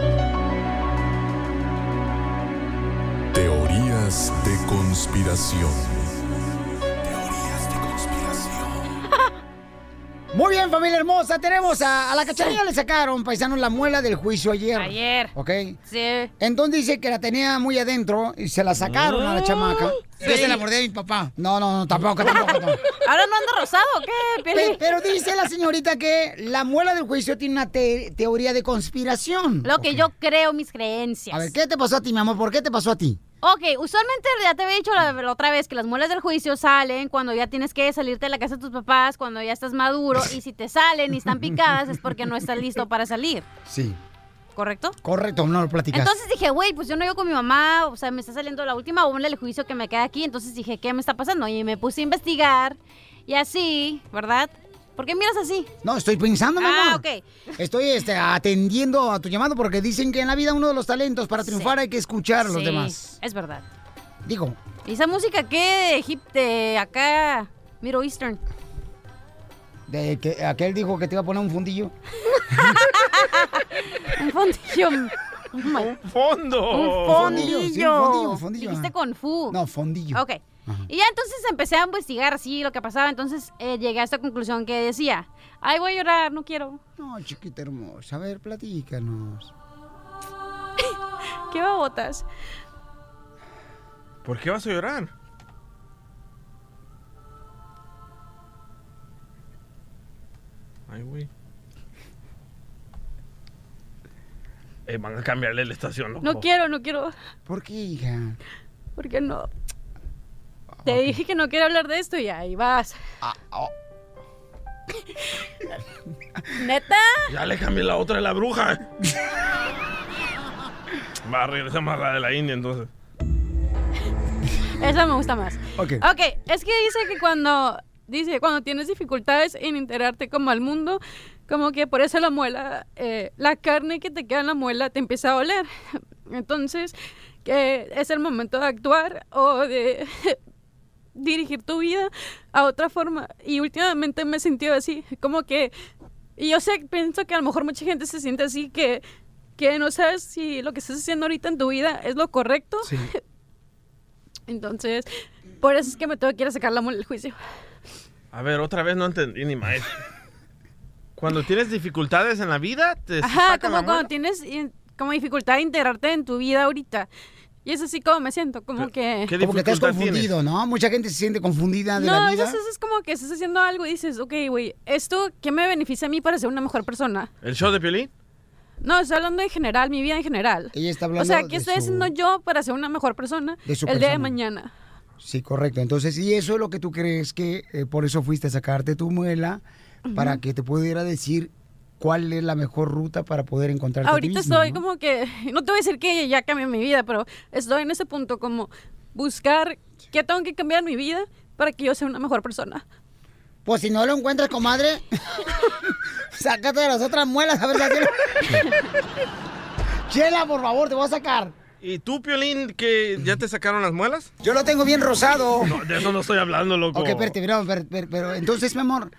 O: Teorías de conspiración.
B: Muy bien, familia hermosa. Tenemos a, a la cacharilla le sacaron, paisanos, la muela del juicio ayer.
D: Ayer.
B: ¿Ok?
D: Sí.
B: Entonces dice que la tenía muy adentro y se la sacaron
D: Mm.
B: a la chamaca.
D: Yo se la mordí
B: a mi papá. No, no, no, tampoco, tampoco. no.
D: Ahora no anda rosado, ¿o ¿qué?
B: Pe- Pero dice la señorita que la muela del juicio tiene una te- teoría de conspiración.
D: Lo que yo creo, mis creencias.
B: A ver, ¿qué te pasó a ti, mi amor? ¿Por qué te pasó a ti?
D: Ok, usualmente ya te había dicho la, la otra vez que las muelas del juicio salen cuando ya tienes que salirte de la casa de tus papás, cuando ya estás maduro, y si te salen y están picadas es porque no estás listo para salir,
B: Sí.
D: ¿correcto?
B: Correcto, no lo platicaste.
D: Entonces dije, güey, pues yo no vivo con mi mamá, o sea, me está saliendo la última bomba del juicio que me queda aquí, entonces dije, ¿qué me está pasando? Y me puse a investigar y así, ¿verdad? ¿Por qué miras así?
B: No, estoy pensando, mi
D: Ah,
B: amor.
D: ok.
B: Estoy este, atendiendo a tu llamado porque dicen que en la vida uno de los talentos para triunfar hay que escuchar a los
D: Sí,
B: demás.
D: Es verdad.
B: Digo,
D: ¿Y esa música qué de Egipto, acá, Middle Eastern?
B: de que aquel dijo que te iba a poner un fundillo.
D: Un fondillo. Un
C: fondo.
D: Un
B: Oh, Fondillo, sí, un
D: fondillo.
B: fondillo, un fondillo,
D: Dijiste
B: ajá.
D: con fu.
B: No, fondillo.
D: Ok. Y ya entonces empecé a investigar así lo que pasaba. Entonces eh, llegué a esta conclusión que decía, ay, voy a llorar, no quiero.
B: No, chiquita hermosa. A ver, platícanos.
D: ¿Qué babotas?
C: ¿Por qué vas a llorar? Ay, güey. Eh, van a cambiarle la estación, loco.
D: No quiero, no quiero.
B: ¿Por qué, hija?
D: ¿Por qué no? Te dije que no quiero hablar de esto y ahí vas.
B: Ah, oh.
D: ¿Neta?
C: Ya le cambié la otra de la bruja. Va, regresamos a la de la India entonces.
D: Esa me gusta más.
C: Ok.
D: Ok, es que dice que cuando dice cuando tienes dificultades en integrarte como al mundo, como que por eso la muela, eh, la carne que te queda en la muela te empieza a oler. Entonces, que es el momento de actuar o de dirigir tu vida a otra forma. Y últimamente me he sentido así, como que y yo sé, pienso que a lo mejor mucha gente se siente así que que no sabes si lo que estás haciendo ahorita en tu vida es lo correcto. Entonces, por eso es que me tengo que ir a sacar la muela del juicio.
C: A ver, otra vez no entendí ni más. Cuando tienes dificultades en la vida, te
D: Ajá,
C: sacan
D: como
C: la muela.
D: cuando tienes in- como dificultad de integrarte en tu vida ahorita. Y es así como me siento, como que...
B: como que estás confundido, ¿no? Mucha gente se siente confundida de
D: No,
B: la
D: a
B: vida.
D: veces es como que estás haciendo algo y dices, ok, güey, ¿esto qué me beneficia a mí para ser una mejor persona?
C: ¿El show de Piolín?
D: No, estoy hablando en general, mi vida en general.
B: Ella está
D: O
B: hablando
D: sea, ¿qué
B: de
D: estoy
B: su-
D: haciendo yo para ser una mejor persona
B: De su
D: el día de
B: persona.
D: mañana?
B: Sí, correcto. Entonces, y eso es lo que tú crees que eh, por eso fuiste a sacarte tu muela
D: Ujú.
B: para que te pudiera decir cuál es la mejor ruta para poder encontrar
D: Ahorita estoy como que, no te voy a decir que ya cambié mi vida, pero estoy en ese punto como buscar qué tengo que cambiar en mi vida para que yo sea una mejor persona.
B: Pues si no lo encuentras, comadre, sácate de las otras muelas a ver si así lo- Chela, por favor, te voy a sacar.
C: ¿Y tú, Piolín, que ya te sacaron las muelas?
B: Yo lo tengo bien rosado.
C: No, de eso no estoy hablando, loco.
B: Ok, espérate, pero, pero, pero- pero entonces, mi amor,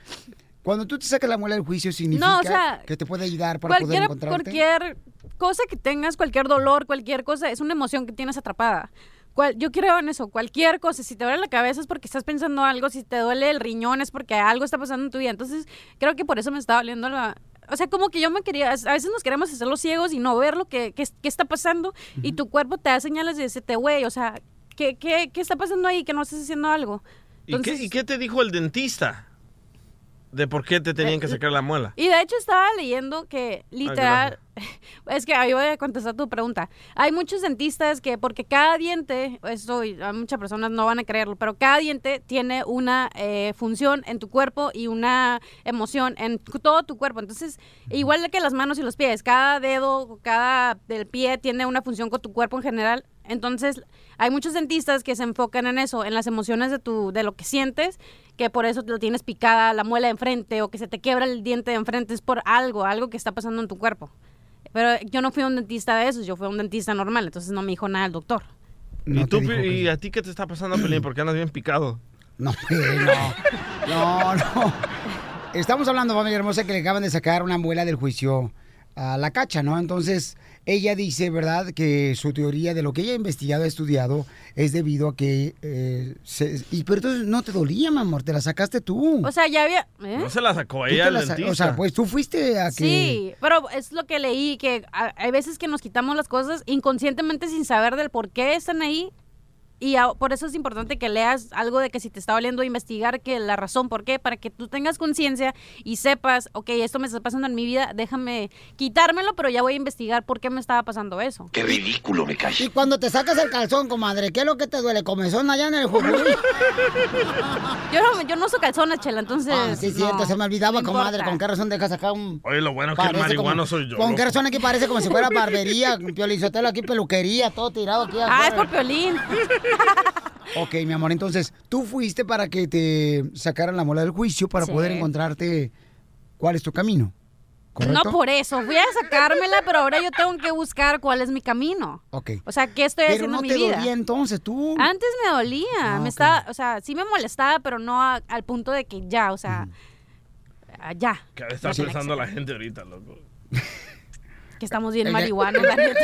B: cuando tú te sacas la muela del juicio, ¿significa
D: No, o sea,
B: que te puede ayudar para poder
D: Cualquier,
B: encontrarte?
D: cualquier cosa que tengas, cualquier dolor, cualquier cosa, es una emoción que tienes atrapada. Cual- yo creo en eso, cualquier cosa, si te duele la cabeza es porque estás pensando algo, si te duele el riñón es porque algo está pasando en tu vida. Entonces, creo que por eso me está doliendo la... O sea, como que yo me quería, a veces nos queremos hacer los ciegos y no ver lo que, que- que está pasando y tu cuerpo te da señales de decirte, güey, o sea, ¿qué, qué, ¿qué está pasando ahí? Que no estás haciendo algo.
C: ¿Y, qué, y qué te dijo el dentista? De por qué te tenían que
B: Eh,
C: sacar la muela.
D: Y de hecho estaba leyendo que literal, es que ahí voy a contestar tu pregunta. Hay muchos dentistas que porque cada diente, esto y a muchas personas no van a creerlo, pero cada diente tiene una eh, función en tu cuerpo y una emoción en cu- todo tu cuerpo. Entonces, igual que las manos y los pies, cada dedo, cada del pie tiene una función con tu cuerpo en general. Entonces, hay muchos dentistas que se enfocan en eso, en las emociones de tu, de lo que sientes, que por eso te lo tienes picada la muela de enfrente o que se te quiebra el diente de enfrente, es por algo, algo que está pasando en tu cuerpo. Pero yo no fui a un dentista de esos, yo fui a un dentista normal, entonces no me dijo nada el doctor.
C: ¿Y, tú, Pi- y a ti qué te está pasando, Piolín? Porque andas bien picado.
B: No, No, no. Estamos hablando, familia hermosa, que le acaban de sacar una muela del juicio a la cacha, ¿no? Entonces, ella dice, ¿verdad?, que su teoría de lo que ella ha investigado, ha estudiado, es debido a que. eh, se- y pero entonces no te dolía, mi amor, te la sacaste tú.
D: O sea, ya había... ¿eh?
C: No se la sacó
B: Tú
C: ella
B: te
C: el
B: la sa-
C: dentista.
B: o sea, pues tú fuiste a que.
D: Sí, pero es lo que leí, que a- hay veces que nos quitamos las cosas inconscientemente sin saber del por qué están ahí. Y a- por eso es importante que leas algo de que si te está doliendo, investigar que la razón por qué, para que tú tengas conciencia y sepas, ok, esto me está pasando en mi vida, déjame quitármelo, pero ya voy a investigar por qué me estaba pasando eso.
P: Qué ridículo me cae.
B: Y cuando te sacas el calzón, comadre, ¿qué es lo que te duele? ¿Comezón allá en el jujuy?
D: Yo no, yo no uso calzones, Chela, entonces...
B: Ah, sí, cierto,
D: no,
B: se me olvidaba,
D: no
B: comadre,
D: importa.
B: ¿con qué razón dejas acá un
C: Oye, lo bueno es que el
B: Parece
C: marihuano
B: como-
C: soy yo.
B: Con
C: loco.
B: qué razón aquí parece como si fuera barbería, piolizotelo aquí, peluquería, todo tirado aquí.
D: Ah, es por piolín.
B: Ok, mi amor, entonces, tú fuiste para que te sacaran la mola del juicio para
D: Sí.
B: poder encontrarte cuál es tu camino,
D: No
B: ¿correcto?
D: por eso, fui a sacármela, pero ahora yo tengo que buscar cuál es mi camino.
B: Ok.
D: O sea, ¿qué estoy
B: Pero no
D: haciendo en mi
B: te
D: vida?
B: dolía Ah, entonces, tú.
D: Antes me dolía, me estaba, o sea, sí me molestaba, pero no a- al punto de que ya, o sea, ah, ya,
C: ¿Qué está
D: Sí.
C: pensando la gente ahorita, loco?
D: que estamos bien
B: El de-
D: marihuana, la neta.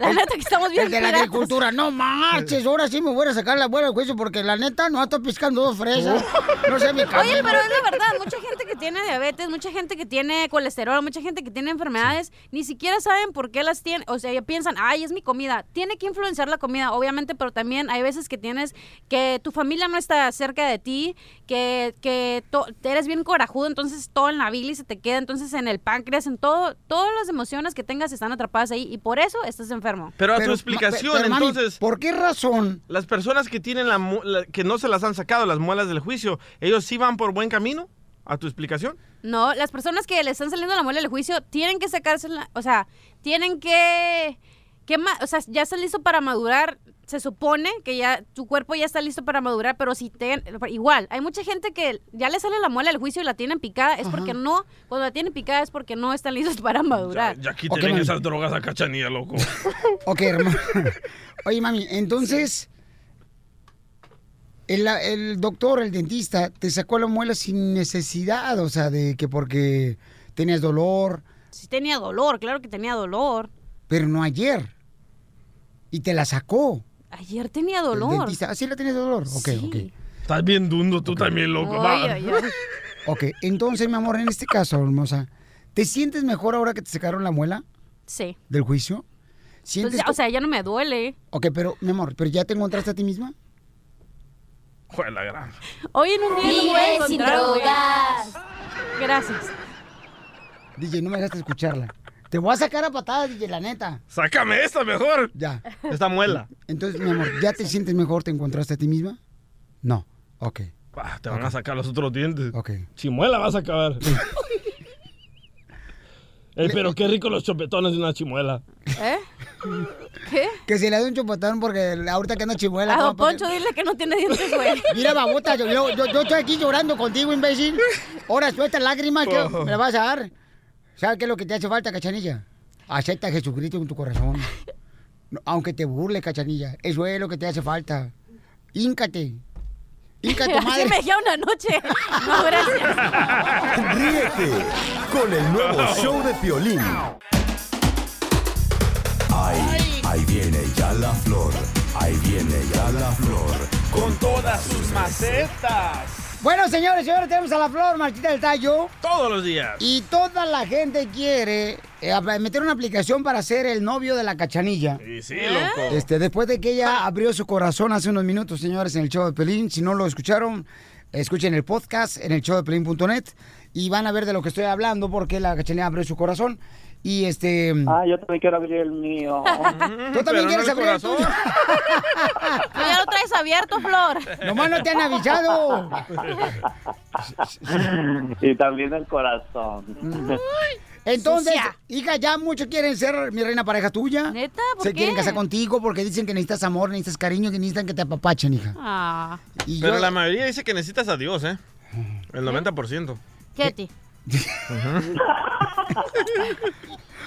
D: La neta que estamos bien
B: El de la
D: piratas.
B: agricultura, no marches, ahora sí me voy a sacar la bola del juicio porque la neta no está piscando dos fresas. No sé mi
D: Oye,
B: camino.
D: pero es la verdad, mucha gente que tiene diabetes, mucha gente que tiene colesterol, mucha gente que tiene enfermedades, ni siquiera saben por qué las tienen, o sea, ya piensan, ay, es mi comida. Tiene que influenciar la comida, obviamente, pero también hay veces que tienes que tu familia no está cerca de ti, que, que to- eres bien corajudo, entonces todo en la bilis se te queda, entonces en el páncreas, en todo, todas las emociones que tengas están atrapadas ahí y por eso estás enfermo.
C: Pero a tu
D: Pero, ma-
C: explicación,
D: pero, mami,
C: entonces.
B: ¿Por qué razón?
C: Las personas que tienen la, mu- la- que no se las han sacado las muelas del juicio, ellos sí van por buen camino. A tu explicación.
D: No, las personas que le están saliendo la muela del juicio tienen que sacársela, o sea, tienen que, que ma- o sea, ya está listo para madurar. Se supone que ya tu cuerpo ya está listo para madurar, pero si te igual, hay mucha gente que ya le sale la muela del juicio y la tienen picada, es porque no, cuando la tienen picada es porque no están listos para madurar.
C: Ya
B: Ok,
C: quiten
B: mami.
C: esas drogas a cachanilla, loco.
B: Ok, hermano. Oye, mami, entonces. El, el doctor, el dentista, te sacó la muela sin necesidad, o sea, de que porque tenías dolor,
D: Si tenía dolor, claro que tenía dolor.
B: pero no ayer. Y te la sacó.
D: Ayer tenía
B: El
D: dolor.
B: dentista, ah, sí la tienes dolor. Ok, ok.
C: Estás bien dundo tú también, loco. va.
D: Ay, ay, ay.
B: Ok, entonces, mi amor, en este caso, hermosa, ¿te sientes mejor ahora que te sacaron la muela
D: Sí.
B: del juicio?
D: Pues
B: ¿Sientes
D: ya-
B: co-
D: o sea, ya no me duele.
B: Ok, pero, mi amor, ¿pero ya te encontraste a ti misma?
C: Joder, Pues la gran.
D: Hoy en un día no me voy a
Q: Vive sin
D: encontrar, güey.
Q: drogas.
D: Gracias.
B: DJ, no me dejaste escucharla. Te voy a sacar a patadas, DJ, la neta.
C: Sácame esta mejor.
B: Ya.
C: Esta muela.
B: Entonces, mi amor, ¿ya te sientes mejor? ¿Te encontraste a ti misma? No. Ok.
C: Ah, te van a sacar los otros dientes.
B: Ok.
C: Chimuela vas a acabar. Eh, pero qué rico los chopetones de una chimuela.
D: ¿Eh? ¿Qué?
B: Que si le doy un chupotón porque ahorita que anda chimuela.
D: A
B: te va
D: don
B: a poner-
D: Poncho, dile que no tiene dientes, güey.
B: Mira, babota, yo, yo, yo- yo estoy aquí llorando contigo, imbécil. Ahora suelta lágrimas que
D: Oh.
B: me la vas a dar. ¿Sabes qué es lo que te hace falta, cachanilla? Acepta a Jesucristo en tu corazón. No, Aunque te burle, cachanilla. Eso es lo que te hace falta. Híncate. Híncate,
D: Así
B: madre.
D: me dijeron anoche. No, gracias.
E: Ríete con el nuevo show de Piolín. Ahí, ahí viene ya la flor, ahí viene ya la flor. Con todas sus
C: macetas.
B: Bueno, señores, señores, tenemos a la flor, Martita del Tallo.
C: Todos los días.
B: Y toda la gente quiere eh, apl- meter una aplicación para ser el novio de la cachanilla.
C: Y sí, ¿Eh? loco.
B: Este, después de que ella abrió su corazón hace unos minutos, señores, en el show de Pelín. Si no lo escucharon, escuchen el podcast en el show de Pelín.net y van a ver de lo que estoy hablando porque la cachanilla abrió su corazón. Y este. Ah,
P: yo también quiero abrir el mío.
B: ¿Tú también quieres abrir el tuyo?
D: Tú ya lo traes abierto, Flor.
B: Nomás no te han avisado.
P: y también el corazón.
B: Entonces, hija, ya muchos quieren ser mi reina pareja tuya.
D: ¿Neta? ¿Por
B: Se
D: qué?
B: quieren casar contigo porque dicen que necesitas amor, necesitas cariño, que necesitan que te apapachen, hija.
D: Ah.
B: Y
C: Pero
B: yo-
C: la mayoría dice que necesitas a Dios, ¿eh? El 90%.
D: Ketty.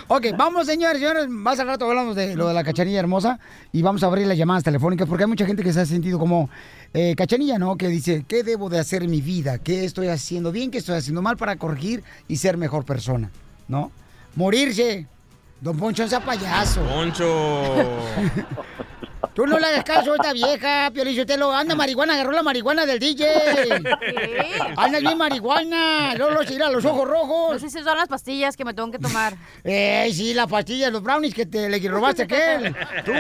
B: Ok, vamos, señores, señores. Más al rato hablamos de lo de la cachanilla hermosa y vamos a abrir las llamadas telefónicas porque hay mucha gente que se ha sentido como eh, cachanilla, ¿no? Que dice, ¿qué debo de hacer en mi vida? ¿Qué estoy haciendo bien? ¿Qué estoy haciendo mal para corregir y ser mejor persona? ¿No? Morirse. Don Poncho, no sea payaso.
C: Poncho.
B: Tú no le hagas caso a esta vieja, Piolichotelo. Anda marihuana, agarró la marihuana del DJ. Anda bien marihuana. Lolo se irá a los ojos rojos.
D: No sé si son las pastillas que me tengo que tomar.
B: Eh, sí, la pastilla, los brownies que te le robaste a aquel. Tú,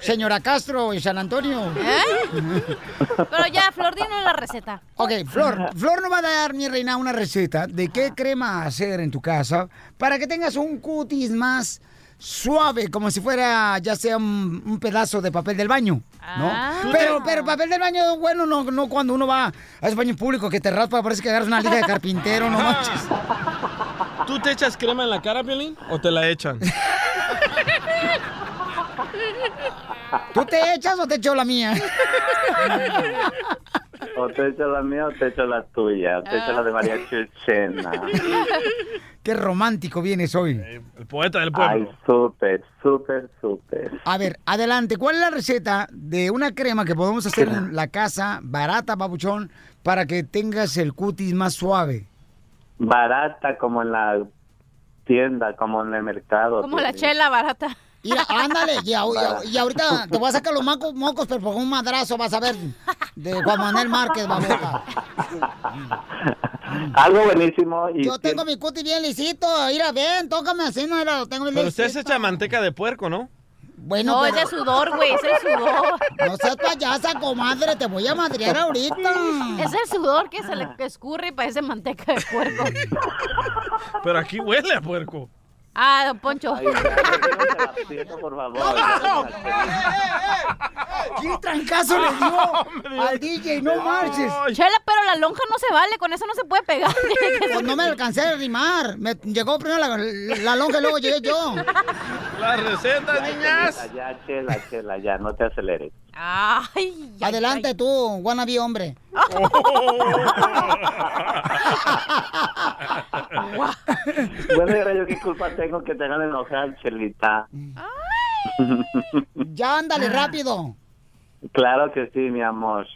B: señora Castro, en San Antonio.
D: ¿Eh? Pero ya, Flor, dinos la receta.
B: Ok, Flor, Flor nos va a dar, mi reina, una receta de qué crema hacer en tu casa para que tengas un cutis más suave, como si fuera ya sea un, un pedazo de papel del baño, ¿no?
D: Ah.
B: Pero, pero papel del baño, bueno, no, no cuando uno va a ese baño público que te raspa, parece que agarras una liga de carpintero, no manches.
C: ¿Tú te echas crema en la cara, Piolín? ¿O te la echan?
B: ¿Tú te echas o te echo la mía?
P: O te echo la mía o te echo la tuya. O te echo la de María Chuchena.
B: Qué romántico vienes hoy.
C: El poeta del
P: Ay,
C: pueblo.
P: súper, súper, súper.
B: A ver, adelante, ¿cuál es la receta de una crema que podemos hacer en la casa, barata, papuchón, para que tengas el cutis más suave?
P: Barata como en la tienda, como en el mercado.
D: Como la
P: Piolín.
D: chela barata.
B: Mira, ándale, y, au- y au- y ahorita te voy a sacar los mocos, mocos, pero con un madrazo vas a ver de Juan Manuel Márquez, babota.
P: Algo buenísimo. Y
B: Yo tengo mi cutis bien lisito, mira, ven, tócame así, no, mira, lo tengo bien
C: Pero usted
B: lisito.
C: se echa manteca de puerco, ¿no?
B: Bueno,
D: No,
B: pero-
D: es de sudor, güey, es el sudor.
B: No seas payasa, comadre, te voy a madrear ahorita.
D: Es el sudor que se le escurre y parece manteca de puerco.
C: Pero aquí huele a puerco.
D: Ah, don Poncho.
P: por favor.
B: ¡Qué trancazo le dio al DJ! ¡No marches!
D: Chela, pero la lonja no se vale, con eso no se puede pegar.
B: Pues no me alcancé a rimar. Me llegó primero la, la lonja y luego llegué yo.
C: La receta, niñas.
P: Ya, chela, chela, ya, no te aceleres.
B: Adelante tú, wannabe hombre.
P: bueno, y ahora yo qué culpa tengo que te hagan enojar, chelita.
B: Ya ándale rápido.
P: Claro que sí, mi amor.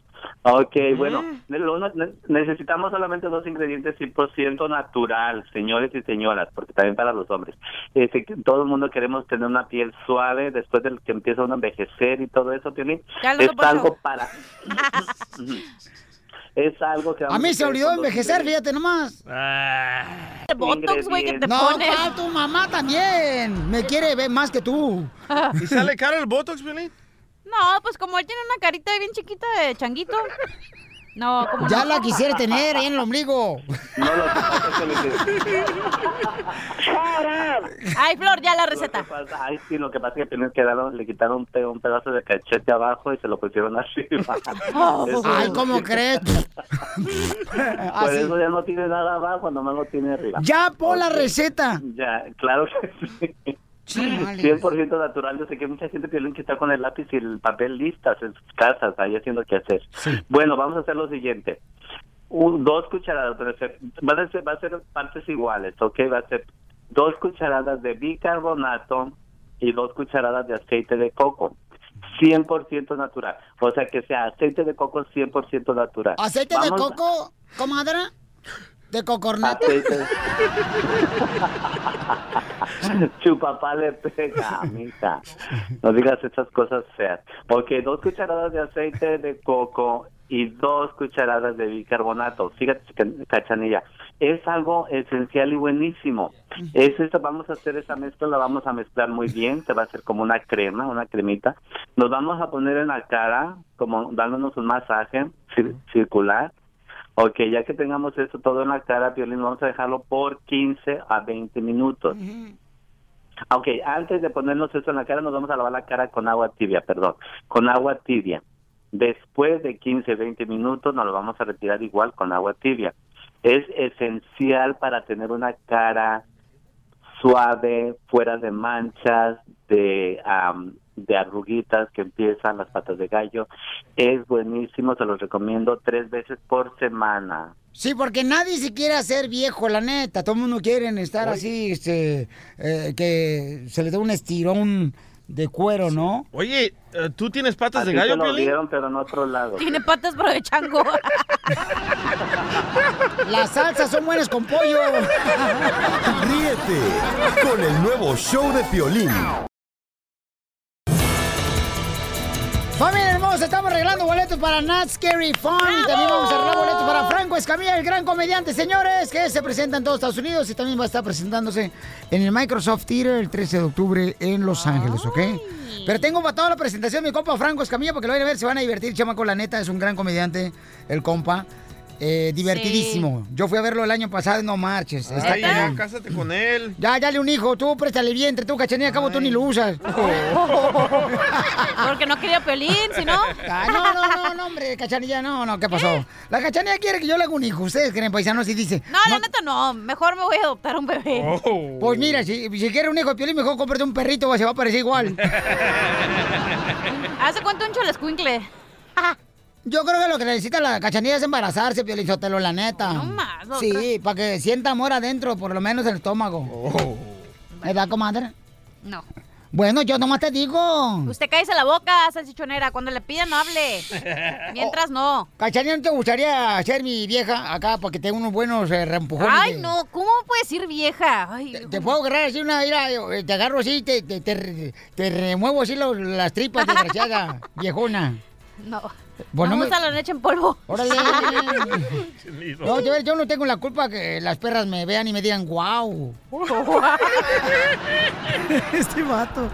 P: Ok,
B: Ah.
P: bueno, ne- lo- ne- necesitamos solamente dos ingredientes 100% natural, señores y señoras, porque también para los hombres. Este, que todo el mundo queremos tener una piel suave después del que empieza uno a envejecer y todo eso, Piolín.
D: Ya lo
P: Es
D: soporto.
P: algo para... es algo que...
B: A mí se olvidó envejecer, fíjate nomás.
P: Este Botox, güey, que te
B: no,
P: pones.
B: pa, tu mamá también. Me quiere ver más que tú.
C: ¿Y sale caro el Botox, Piolín?
D: No, pues como él tiene una carita bien chiquita de changuito. No, ¿cómo
B: Ya
D: no?
B: la quisiera tener ahí en el ombligo.
P: No lo que pasa es que lo que-
D: Ay, Flor, ya la receta.
P: Ay, sí, lo que pasa es que tenés que darle- le quitaron un, pe- un pedazo de cachete abajo y se lo pusieron arriba. Eso-
B: Ay, ¿cómo crees? Ah,
P: Por eso ya no tiene nada abajo, nomás lo tiene arriba.
B: Ya pon la
P: Ok.
B: receta.
P: Ya, claro que sí. 100% natural. Yo sé que hay mucha gente Piolín, que está con el lápiz y el papel listas en sus casas, ahí haciendo qué hacer. Bueno, vamos a hacer lo siguiente. Un- dos cucharadas, pero se- van a ser, va a ser partes iguales, ¿ok? Va a ser dos cucharadas de bicarbonato y dos cucharadas de aceite de coco. 100% natural. O sea, que sea aceite de coco 100% natural.
B: ¿Aceite de
P: Vamos-
B: coco, comadre? ¿De cocornato?
P: Aceite de- Tu papá le pega, amiga. No digas estas cosas feas. Ok, dos cucharadas de aceite de coco y dos cucharadas de bicarbonato. Fíjate, ca- cachanilla. Es algo esencial y buenísimo. Es esto, vamos a hacer esa mezcla, la vamos a mezclar muy bien. Se va a hacer como una crema, una cremita. Nos vamos a poner en la cara, como dándonos un masaje cir- circular. Ok, ya que tengamos esto todo en la cara, Piolín, vamos a dejarlo por 15 a 20 minutos. Ok, antes de ponernos eso en la cara, nos vamos a lavar la cara con agua tibia, perdón, con agua tibia. Después de 15, 20 minutos, nos lo vamos a retirar igual con agua tibia. Es esencial para tener una cara suave, fuera de manchas, de, am, de arruguitas que empiezan las patas de gallo. Es buenísimo, se los recomiendo tres veces por semana.
B: Sí, porque nadie se quiere hacer viejo, la neta. Todo el mundo quiere estar así, este, eh, que se le dé un estirón de cuero, ¿no?
C: Oye, eh, ¿tú tienes patas de
P: Así
C: gallo,
P: se lo
C: Piolín?
P: dieron, pero en otro lado.
D: Tiene patas pero de chango.
B: Las salsas son buenas con pollo.
E: Ríete con el nuevo show de Piolín.
B: Familia hermosa, estamos arreglando boletos para Not Scary Fun. Y también vamos a arreglar boletos para Franco Escamilla, el gran comediante, señores, que se presenta en todos Estados Unidos y también va a estar presentándose en el Microsoft Theater el 13 de octubre en Los Ángeles, ¿ok? Pero tengo para toda la presentación mi compa Franco Escamilla, porque lo van a ver, se van a divertir, chamaco, la neta, es un gran comediante, el compa. Eh, divertidísimo. Yo fui a verlo el año pasado, no marches. Está
C: Ay, ya,
B: cañón.
C: cásate con él.
B: Ya, dale un hijo, tú préstale vientre, tú cachanilla, cabo tú ni lo usas.
C: Oh.
D: Porque no quería pelín, si no.
B: Ah, no, no, no, no, hombre, cachanilla, no, no, ¿qué pasó? La cachanilla quiere que yo le haga un hijo, ustedes creen, paisanos, y dice.
D: No, la neta no. Mejor me voy a adoptar un bebé.
B: Pues mira, si, si quiere un hijo de piolín, mejor cómprate un perrito, se va a parecer igual.
D: ¿Hace cuánto un cholescuincle?
B: Yo creo que lo que necesita la cachanilla es embarazarse, Piolín Sotelo, la neta. No
D: más,
B: Sí, para que sienta amor adentro, por lo menos en el estómago. ¿Verdad, comadre?
D: No.
B: Bueno, yo nomás te digo.
D: Usted cállese la boca, salchichonera. Cuando le pidan, no hable. Mientras no.
B: Cachanilla, ¿no te gustaría ser mi vieja acá para que tenga unos buenos eh, reempujones?
D: Ay,
B: de-
D: no. ¿Cómo puedes ir vieja? Ay,
B: Te puedo agarrar así una, mira, yo, eh, te agarro así, te, te, te re- te remuevo así los- las tripas, desgraciada, viejona.
D: No.
B: Pues no
D: no me
B: me-
D: gusta la leche en polvo.
B: Órale. No, yo, yo no tengo la culpa que las perras me vean y me digan, wow. este vato.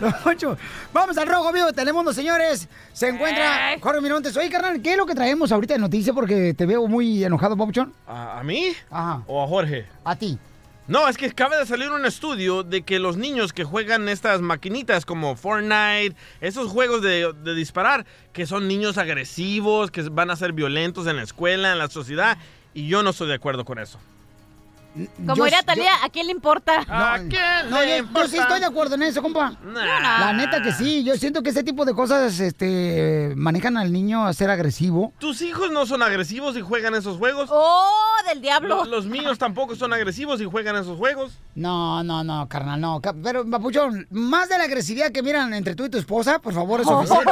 B: No, Poncho. Vamos al rojo vivo de Telemundo, señores. Se encuentra
D: Eh.
B: Jorge Mirontes. Oye, carnal, ¿qué es lo que traemos ahorita de noticia? Porque te veo muy enojado, Bobchon.
C: ¿A, a mí?
B: Ajá.
C: ¿O a Jorge?
B: A ti.
C: No, es que acaba de salir un estudio de que los niños que juegan estas maquinitas como Fortnite, esos juegos de, de disparar, que son niños agresivos, que van a ser violentos en la escuela, en la sociedad, y yo no estoy de acuerdo con eso.
D: Como
C: Yo-
D: diría Talía, ¿a quién le importa?
C: ¿A quién
B: No, yo, yo sí estoy de acuerdo en eso, compa. La neta que sí. Yo siento que ese tipo de cosas este, manejan al niño a ser agresivo.
C: ¿Tus hijos no son agresivos y juegan esos juegos?
D: ¡Oh, del diablo!
C: Los, míos tampoco son agresivos y juegan esos juegos.
B: No, no, no, carnal, no. Ca- Pero, papuchón, más de la agresividad que miran entre tú y tu esposa, por favor, es suficiente.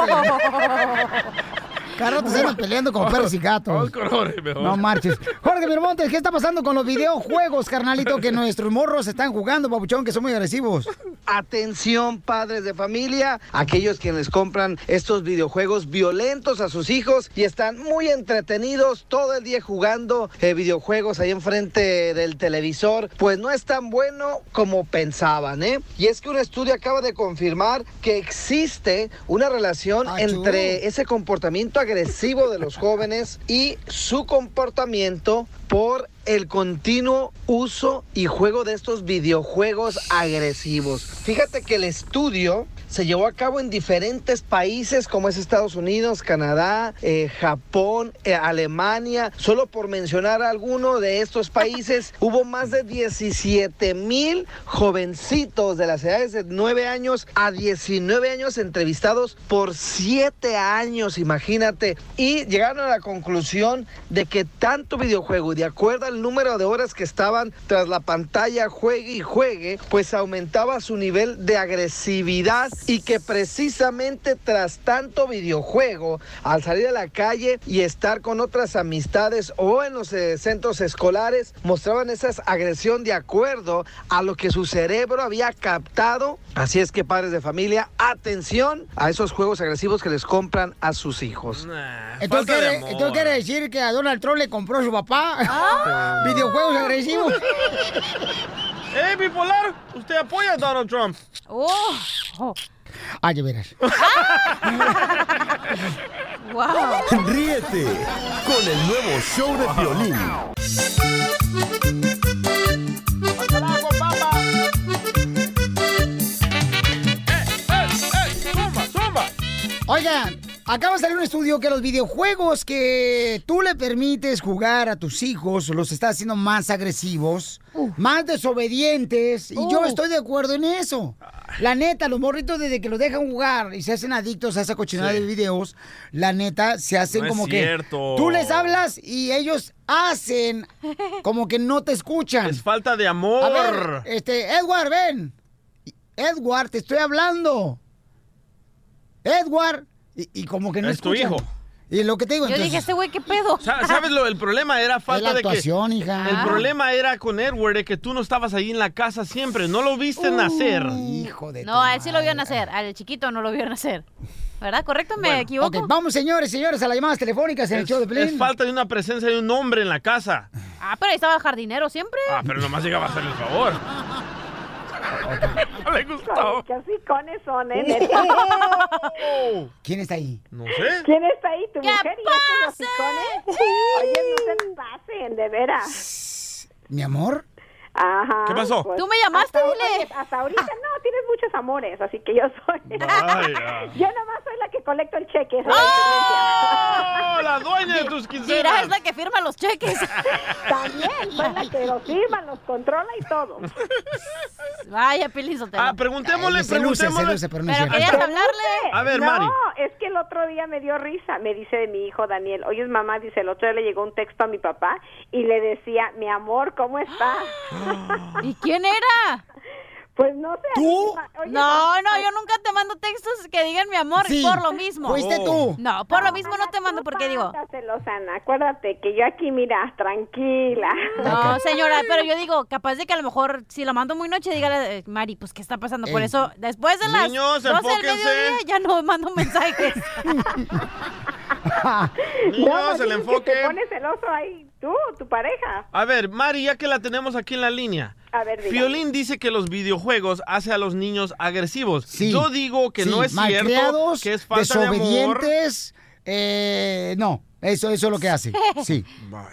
B: Carlos, te andas peleando con perros y gatos.
C: Vamos con Jorge, mejor.
B: No marches. Jorge Miramontes, ¿qué está pasando con los videojuegos, carnalito, que nuestros morros están jugando, papuchón, que son muy agresivos?
N: Atención, padres de familia, aquellos quienes compran estos videojuegos violentos a sus hijos y están muy entretenidos todo el día jugando eh, videojuegos ahí enfrente del televisor, pues no es tan bueno como pensaban, ¿eh? Y es que un estudio acaba de confirmar que existe una relación entre ese comportamiento agresivo de los jóvenes y su comportamiento por el continuo uso y juego de estos videojuegos agresivos. Fíjate que el estudio se llevó a cabo en diferentes países como es Estados Unidos, Canadá, eh, Japón, eh, Alemania. Solo por mencionar alguno de estos países, hubo más de 17 mil jovencitos de las edades de 9 años a 19 años entrevistados por 7 años, imagínate. Y llegaron a la conclusión de que tanto videojuego, y de acuerdo al número de horas que estaban tras la pantalla, juegue y juegue, pues aumentaba su nivel de agresividad y que precisamente tras tanto videojuego, al salir a la calle y estar con otras amistades o en los eh, centros escolares, mostraban esa agresión de acuerdo a lo que su cerebro había captado. Así es que padres de familia, atención a esos juegos agresivos que les compran a sus hijos.
B: Entonces
N: falta de
B: quiere,
N: amor.
B: entonces quiere decir que a Donald Trump le compró su papá videojuegos agresivos.
C: ¡Eh, bipolar! ¿Usted apoya a Donald Trump?
D: Oh.
B: Ah, ya verás.
D: ¡Wow!
E: Ríete con el nuevo show de violín.
B: Oigan, acaba de salir un estudio que los videojuegos que tú le permites jugar a tus hijos los está haciendo más agresivos, más desobedientes, y yo
Q: Uh.
B: estoy de acuerdo en eso. La neta, los morritos desde que los dejan jugar y se hacen adictos a esa cochinada
C: Sí.
B: de videos, la neta se hacen
C: No es
B: como que
C: cierto.
B: tú les hablas y ellos hacen como que no te escuchan. Es
C: falta de amor.
B: A ver, este, Edward, ven. Edward, te estoy hablando. Edward. Y, y como que no
C: Es tu
B: escuchan.
C: hijo.
B: Y lo que te digo,
D: Yo dije, este güey, ¿qué pedo?
C: Sa- ¿Sabes lo? El problema era falta
B: Es la
C: de que-
B: actuación, hija.
C: El problema era con Edward, de que tú no estabas ahí en la casa siempre. No lo viste nacer.
B: Hijo de...
D: No, a él sí lo vieron hacer, al chiquito no lo vieron hacer. ¿Verdad? ¿Correcto? ¿Me equivoco?
B: Ok, vamos, señores, señores, a las llamadas telefónicas en el
C: Es,
B: show de
C: es
B: Pelín.
C: falta de una presencia de un hombre en la casa.
D: Ah, pero ahí estaba el jardinero siempre.
C: Ah, pero nomás llegaba a hacerle el favor. Le gustó. Uh,
H: Qué hocicones son, ¿eh?
B: ¿Quién está ahí?
C: No sé.
H: ¿Quién está ahí? ¿Tu
Q: ¡Que
H: mujer? ¿Y estos hocicones? Oye, no se pasen, de veras.
B: Mi amor.
H: Ajá. pues,
B: ¿Qué pasó?
D: Tú me llamaste,
H: hasta,
D: dile.
H: oye, hasta ahorita no, tienes muchos amores, así que yo soy.
C: Vaya.
H: yo nomás soy la que colecto el cheque. esa es
C: ¡Oh! La dueña de tus
D: Mira,
C: quincenas.
D: es la que firma los cheques.
H: También, fue la que los firma, los controla y todo.
D: Vaya, Pelín Sotelo.
C: Ah, preguntémosle,
H: Se luce, se
C: preguntémosle.
H: luce, pero
D: no es Pero cierto. querías hablarle.
C: A ver,
H: no,
C: Mari.
H: es que el otro día me dio risa, me dice de mi hijo Daniel. Oye, mamá, dice, el otro día le llegó un texto a mi papá y le decía, mi amor, ¿cómo estás?
D: ¿Y quién era?
H: Pues no sé.
D: ¿Tú?
H: Oye,
D: No, no, yo nunca te mando textos que digan mi amor
H: Sí,
D: por lo mismo.
H: fuiste tú.
D: No, por lo mismo no te mando porque digo.
H: Pásaselo, Sana, acuérdate que yo aquí, mira, tranquila.
D: No, señora, pero yo digo, capaz de que a lo mejor si la mando muy noche, dígale, eh, Mari, pues qué está pasando. Por
C: Ey.
D: eso, después de las
C: Niños,
D: 12 del
C: enfóquense.
D: mediodía, ya no mando mensajes.
C: Niños, el
H: pues dices que
C: enfoque.
H: Te pones celoso ahí, tú, tu pareja.
C: A ver, Mari, ya que la tenemos aquí en la línea.
H: A ver, dígame.
C: Violín dice que los videojuegos hace a los niños agresivos. Yo digo que
B: Sí,
C: no es cierto,
B: malcriados,
C: que es falta de amor.
B: desobedientes. eh, no, eso, eso es lo que hace. Sí.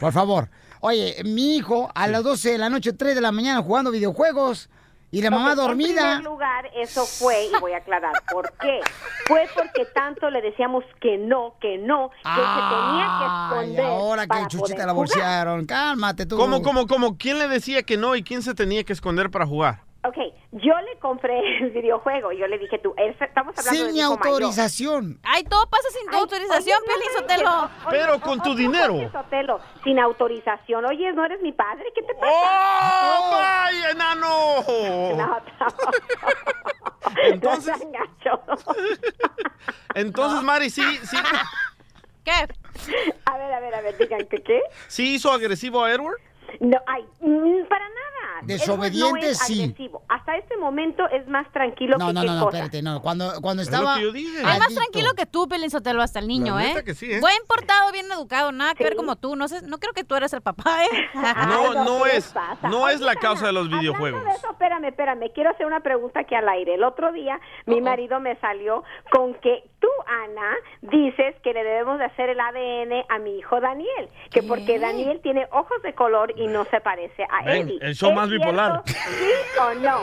B: Por favor. Oye, mi hijo a las 12 de la noche, 3 de la mañana jugando videojuegos y la mamá
H: Ok, En
B: dormida.
H: primer lugar, eso fue, y voy a aclarar por qué. Fue porque tanto le decíamos que no, que no, que se tenía que
B: Ay,
H: esconder.
B: ahora que
H: para
B: Chuchita
H: poder
B: la
H: jugar.
B: bolsearon. Cálmate tú.
C: ¿Cómo, cómo, cómo? ¿Quién le decía que no y quién se tenía que esconder para jugar?
H: Ok, yo le compré el videojuego, yo le dije tú, es- estamos hablando de mi hijo mayor.
D: Ay, todo pasa sin tu autorización,
H: Oye,
D: Pelín
H: no,
D: Sotelo.
H: oye, oye, o- oye, oye, Sotelo, sin autorización. Oye, ¿no eres mi padre? ¿Qué te pasa?
C: ¡Oh, vaya, enano! Entonces, entonces Mari, sí, sí,
D: ¿Qué?
H: A ver, a ver, a ver, digan que qué.
C: sí hizo agresivo a Edward.
H: No, ay, mm, para nada.
B: Desobediente,
H: Edward no es
B: sí.
H: agresivo. Hasta este momento es más tranquilo
B: No,
H: que
B: no,
H: qué
B: no, no,
H: cosa.
B: espérate, no. Cuando, cuando
D: Es
B: estaba.
D: Es más
B: adicto.
D: tranquilo que tú, Pelín Sotelo, hasta el niño,
B: La
D: ¿eh?
B: neta que sí, ¿eh?
D: Buen portado, bien educado, nada que ver como tú. No sé, no creo que tú eres el papá, ¿eh?
C: No, no
H: ¿qué les
C: es,
H: pasa?
C: no
H: Oye,
C: es la
H: Sana,
C: causa de los videojuegos.
H: Hablando de eso, espérame, espérame. Quiero hacer una pregunta aquí al aire. El otro día, mi marido me salió con que tú
Q: Ana, dices que le debemos de hacer el ADN a mi hijo Daniel, que porque Daniel tiene ojos de color y no se parece a
C: Ven,
Q: Eddie.
C: el show
Q: ¿Es
C: más bipolar.
Q: cierto? ¿Sí o no?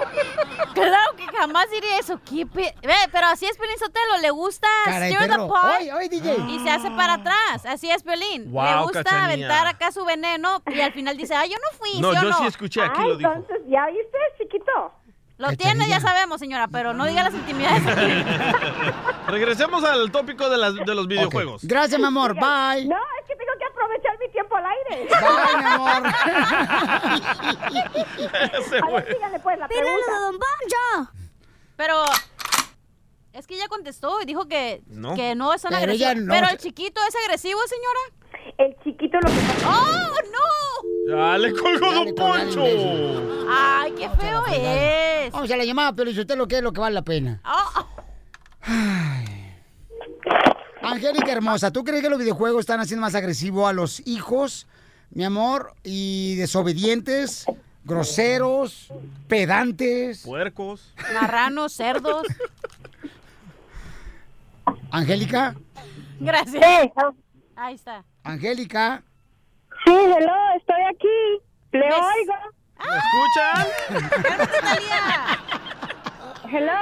D: Claro que jamás diría eso. ¿qué pe- Ve, pero así es Piolín Sotelo. Le gusta
B: Cara de
D: stir the
B: perro.
D: pot
B: Oy, oy, DJ.
D: y se hace para atrás. Así es Piolín. le
C: Guau,
D: gusta
C: Cachanía.
D: aventar acá su veneno y al final dice, ay, yo no fui.
C: No,
D: ¿sí o
C: yo sí escuché, aquí
D: Ay,
C: lo dijo.
Q: Entonces, ¿ya oíste, chiquito?
D: Lo tiene, ya sabemos, señora, pero no diga las intimidades. aquí.
C: Regresemos al tópico de, las- de los videojuegos.
B: Gracias, mi amor. Bye.
Q: No, es que tengo que aprovechar mi tiempo al aire.
B: Bye, mi amor.
Q: A ver, síganle pues la
D: Pero
Q: pregunta.
D: lo de Don Poncho. Pero es que ya contestó y dijo que
Q: No.
D: no, que no son
Q: Pero
D: agresivos.
Q: ella no-
D: Pero el chiquito es agresivo, señora.
Q: El chiquito lo que
D: ¡Oh, no!
C: ¡Ya Ah, le colgó Don Poncho!
D: ¡Ay, qué feo es!
B: pues, Vamos a la llamada, pero si usted lo que es lo que vale la pena. Ay. Angélica hermosa, ¿tú crees que los videojuegos están haciendo más agresivo a los hijos, mi amor, y desobedientes, groseros, pedantes?
C: Puercos.
D: Marranos, cerdos.
B: Angélica,
D: Gracias. Ahí está.
B: Angélica.
Q: Sí, hello, estoy aquí. Le oigo.
C: ¿Me escuchan?
Q: Hello.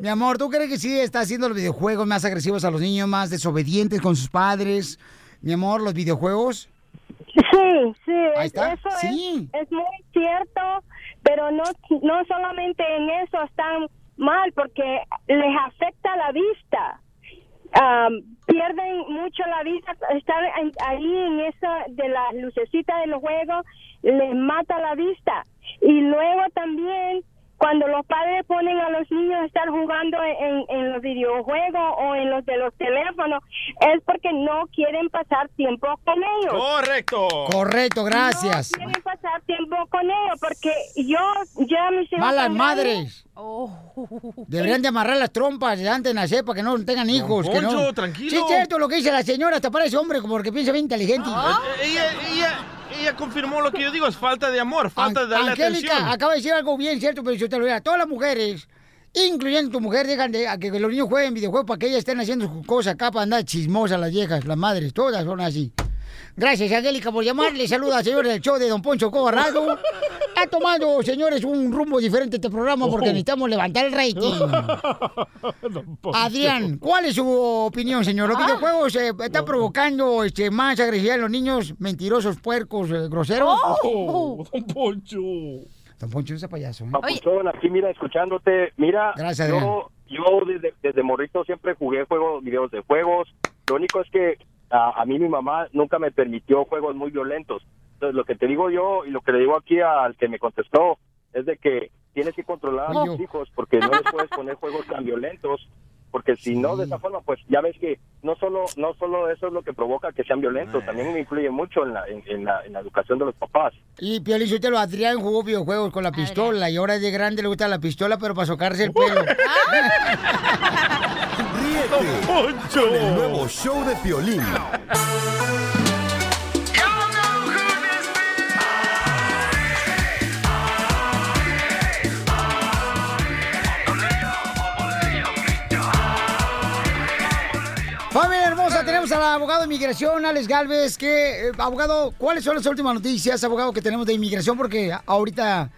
B: Mi amor, ¿tú crees que sí está haciendo los videojuegos más agresivos a los niños, más desobedientes con sus padres? Mi amor, los videojuegos.
R: Sí, sí,
B: Ahí está.
R: eso
B: Sí.
R: es, es muy cierto, pero no, no solamente en eso están mal, porque les afecta la vista. Am, pierden mucho la vista, estar en- ahí en esa de las lucecitas de los juegos les mata la vista. Y luego también cuando los padres ponen a los niños a estar jugando en, en los videojuegos o en los de los teléfonos, es porque no quieren pasar tiempo con ellos.
C: Correcto.
B: Correcto, gracias.
R: No quieren pasar tiempo con ellos porque yo ya mis hijos
B: Malas
R: son grandes.
B: madres. Oh. Deberían de amarrar las trompas de antes de nacer para que no tengan hijos. que no-
C: Poncho, tranquilo.
B: Sí, es cierto lo que dice la señora, hasta parece hombre, como porque piensa bien inteligente.
C: Eh, Ella, ella- ella confirmó lo que yo digo, es falta de amor, falta de darle
B: Angélica
C: atención.
B: acaba de decir algo bien cierto, pero yo te lo digo. Todas las mujeres, incluyendo tu mujer, dejan de, a que los niños jueguen videojuegos para que ellas estén haciendo sus cosas acá para andar chismosas las viejas, las madres, todas son así. Gracias, Angélica, por llamar. Le saluda, señores del show de Don Poncho Cobarrado. Ha tomado, señores, un rumbo diferente este programa porque
S: Oh.
B: necesitamos levantar el rating. Adrián, ¿cuál es su opinión, señor? ¿Los
S: Ah.
B: videojuegos eh, están provocando este, más agresividad en los niños mentirosos, puercos, eh, groseros?
S: Oh, don Poncho.
B: Don Poncho es payaso. ¿eh?
T: Papuchón, aquí mira, escuchándote, mira,
B: Gracias,
T: yo, yo desde, desde morrito siempre jugué juegos, videos de juegos, lo único es que a, a mí mi mamá nunca me permitió juegos muy violentos, entonces lo que te digo yo y lo que le digo aquí al que me contestó es de que tienes que controlar a tus hijos porque no les puedes poner juegos tan violentos, porque si no de esa forma pues ya ves que no solo no solo eso es lo que provoca que sean violentos, también influye mucho en la, en- en la, en la educación de los papás.
B: Y Piolín Sotelo, Adrián jugó videojuegos con la pistola y ahora de grande le gusta la pistola, pero para socarse el pelo.
E: Poncho. Con el nuevo show de Piolín.
B: Familia hermosa, tenemos al abogado de inmigración, Alex Galvez, que, eh, abogado, ¿cuáles son las últimas noticias, abogado, que tenemos de inmigración? Porque ahorita,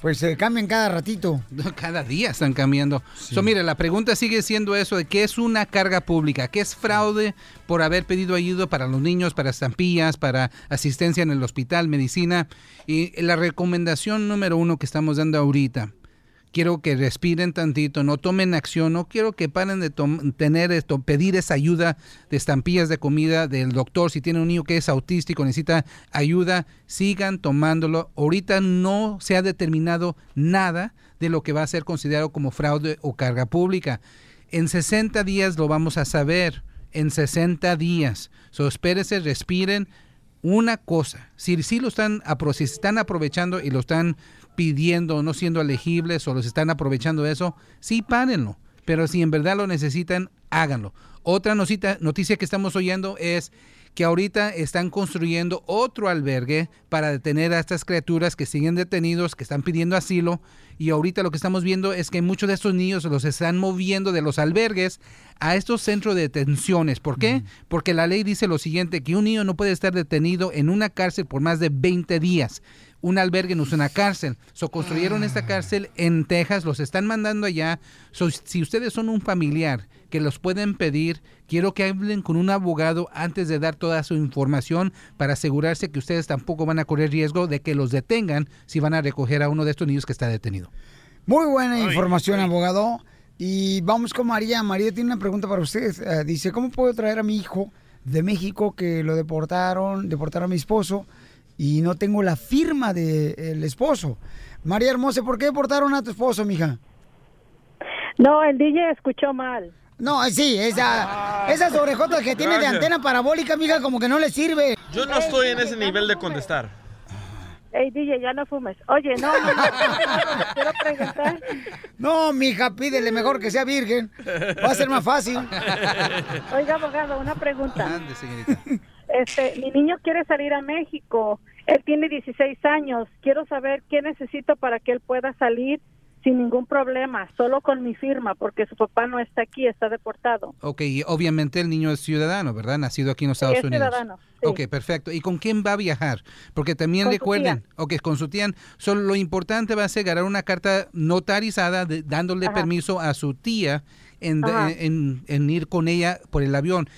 B: pues, se cambian cada ratito.
U: Cada día están cambiando. So, mire, la pregunta sigue siendo eso de qué es una carga pública, qué es fraude por haber pedido ayuda para los niños, para estampillas, para asistencia en el hospital, medicina. Y la recomendación número uno que estamos dando ahorita, quiero que respiren tantito, no tomen acción, no quiero que paren de tom- tener esto, pedir esa ayuda de estampillas de comida del doctor. Si tiene un niño que es autístico, necesita ayuda, sigan tomándolo. Ahorita no se ha determinado nada de lo que va a ser considerado como fraude o carga pública. En 60 días lo vamos a saber. En 60 días. So, espérese, respiren una cosa, si, si lo están, apro- si se están aprovechando y lo están pidiendo, no siendo elegibles o los están aprovechando eso, sí párenlo. Pero si en verdad lo necesitan, háganlo. Otra nocita- noticia que estamos oyendo es que ahorita están construyendo otro albergue para detener a estas criaturas que siguen detenidos, que están pidiendo asilo. Y ahorita lo que estamos viendo es que muchos de estos niños los están moviendo de los albergues a estos centros de detenciones. ¿Por qué? Porque la ley dice lo siguiente, que un niño no puede estar detenido en una cárcel por más de 20 días un albergue, no es una cárcel. So, construyeron esta cárcel en Texas, los están mandando allá. So, si ustedes son un familiar que los pueden pedir, quiero que hablen con un abogado antes de dar toda su información para asegurarse que ustedes tampoco van a correr riesgo de que los detengan si van a recoger a uno de estos niños que está detenido.
B: Muy buena información, abogado. Y vamos con María. María tiene una pregunta para usted. Eh, dice, ¿cómo puedo traer a mi hijo de México que lo deportaron, deportaron a mi esposo y no tengo la firma del esposo? María Hermosa, ¿por qué deportaron a tu esposo, mija?
R: No, el DJ escuchó mal.
B: No, eh, sí, esa, esas orejotas que tiene de
C: Ah. gracias.
B: antena parabólica, mija, como que no le sirve.
C: Yo no estoy en ese nivel de contestar.
R: Ey, DJ, ya no fumes. Oye, no, no, no. Quiero preguntar.
B: No, mija, pídele mejor que sea virgen. Va a ser más fácil.
R: Oiga, abogado, una pregunta.
U: Ande, señorita.
R: Este, mi niño quiere salir a México. Él tiene 16 años. Quiero saber qué necesito para que él pueda salir sin ningún problema, solo con mi firma, porque su papá no está aquí, está deportado.
U: Ok, y obviamente el niño es ciudadano, ¿verdad? Nacido aquí en los Estados
R: es
U: Unidos.
R: ciudadano, sí.
U: Ok, perfecto. ¿Y con quién va a viajar? Porque también
R: Con su
U: recuerden, ok, con su tía, solo lo importante va a ser ganar una carta notarizada de- dándole
V: Ajá.
U: permiso a su tía en, de-
V: Ajá.
U: en- en ir con ella por el avión.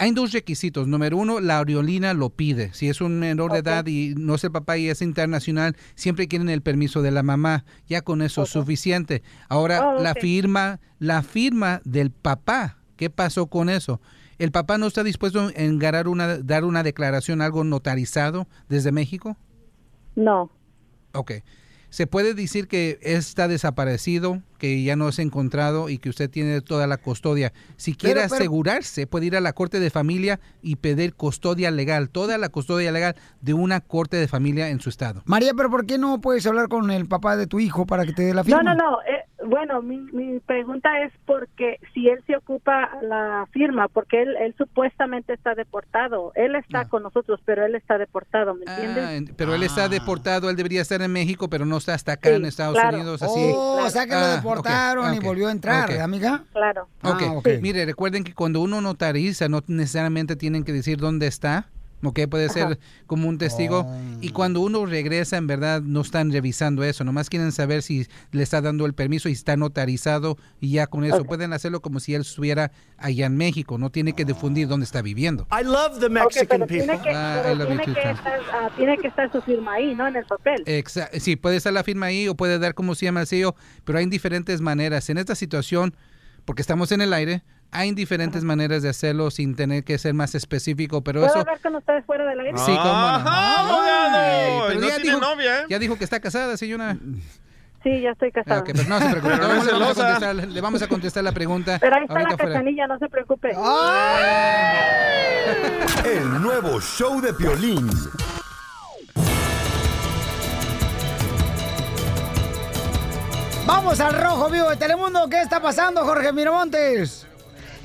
U: Hay dos requisitos. Número uno, la aerolínea lo pide. Si es un menor de edad y no es el papá y es internacional, siempre quieren el permiso de la mamá. Ya con eso es suficiente. Ahora,
V: Oh,
U: la
V: ok.
U: firma, la firma del papá. ¿Qué pasó con eso? ¿El papá no está dispuesto en ganar una, dar una declaración, algo notarizado desde México?
R: No.
U: Ok. ¿Se puede decir que está desaparecido, que ya no es encontrado y que usted tiene toda la custodia? Si quiere
B: Pero, pero-
U: asegurarse, puede ir a la corte de familia y pedir custodia legal, toda la custodia legal de una corte de familia en su estado.
B: María, pero ¿por qué no puedes hablar con el papá de tu hijo para que te dé la
R: No,
B: firma?
R: no, no. eh, bueno, mi, mi pregunta es porque si él se ocupa la firma, porque él, él supuestamente está deportado. Él está con nosotros, pero él está deportado, ¿me entiendes?
U: Ah, en- pero él está deportado, él debería estar en México, pero no está hasta acá
R: Sí,
U: en Estados
R: claro.
U: Unidos.
R: Sí,
U: Así.
B: Oh, o sea que lo
U: Ah, ok,
B: deportaron
U: ok,
B: y volvió a entrar,
U: ok.
B: amiga.
R: Claro.
U: Ok,
B: Ah, ok.
U: mire, recuerden que cuando uno notariza, no necesariamente tienen que decir dónde está, ok, puede ser
V: Ajá.
U: como un testigo. Y cuando uno regresa, en verdad, no están revisando eso, nomás quieren saber si le está dando el permiso y está notarizado y ya con eso. Pueden hacerlo como si él estuviera allá en México, no tiene que difundir dónde está viviendo.
R: I love the Mexican Tiene que,
U: Ah,
R: pero
U: I love you
R: tiene,
U: too,
R: que
U: Tom.
R: estar, ah, tiene que estar su firma ahí, ¿no? En el papel.
U: Exa- sí, puede estar la firma ahí o puede dar como se llama el sello, pero hay diferentes maneras. En esta situación, porque estamos en el aire, hay diferentes maneras de hacerlo sin tener que ser más específico, pero
R: ¿Puedo
U: eso...
R: hablar con ustedes fuera del aire?
U: Sí, cómo no.
R: Ajá, abogado.
U: Ay, pero
R: No
U: ya
R: tiene
U: dijo-
R: novia, ¿eh?
U: Ya dijo que está casada, señora.
R: Sí, ya estoy
U: Ah,
R: casada.
U: ok, pero no se preocupe.
R: Pero no es
U: le, vamos a
R: celosa.
U: contestar, le vamos a contestar la pregunta
R: Pero ahí está
U: ahorita
R: la
U: fuera.
R: cachanilla, no se preocupe.
B: Ah.
E: El nuevo show de Piolín.
B: Vamos al rojo vivo de Telemundo. ¿Qué está pasando, Jorge Miramontes?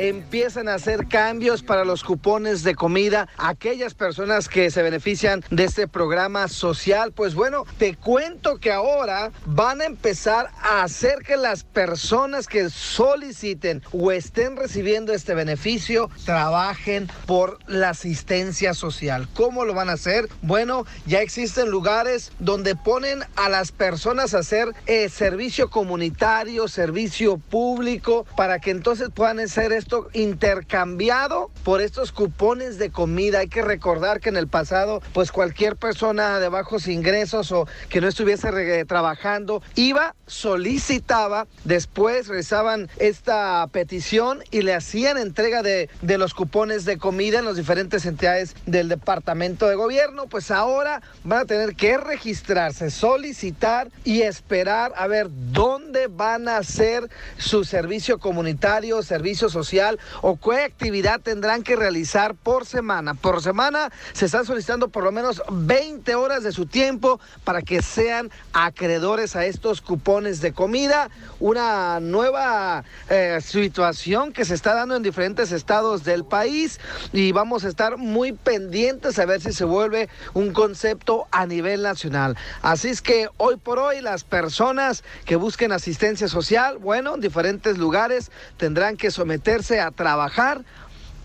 N: empiezan a hacer cambios para los cupones de comida. Aquellas personas que se benefician de este programa social, pues bueno, te cuento que ahora van a empezar a hacer que las personas que soliciten o estén recibiendo este beneficio trabajen por la asistencia social. ¿Cómo lo van a hacer? Bueno, ya existen lugares donde ponen a las personas a hacer eh, servicio comunitario, servicio público, para que entonces puedan hacer esto intercambiado por estos cupones de comida. Hay que recordar que en el pasado, pues cualquier persona de bajos ingresos o que no estuviese re- trabajando, iba, solicitaba, después realizaban esta petición y le hacían entrega de, de los cupones de comida en las diferentes entidades del Departamento de Gobierno. Pues ahora van a tener que registrarse, solicitar y esperar a ver dónde van a hacer su servicio comunitario, servicio social social o qué actividad tendrán que realizar por semana. Por semana se están solicitando por lo menos 20 horas de su tiempo para que sean acreedores a estos cupones de comida. Una nueva eh, situación que se está dando en diferentes estados del país y vamos a estar muy pendientes a ver si se vuelve un concepto a nivel nacional. Así es que hoy por hoy las personas que busquen asistencia social, bueno, en diferentes lugares tendrán que someterse a trabajar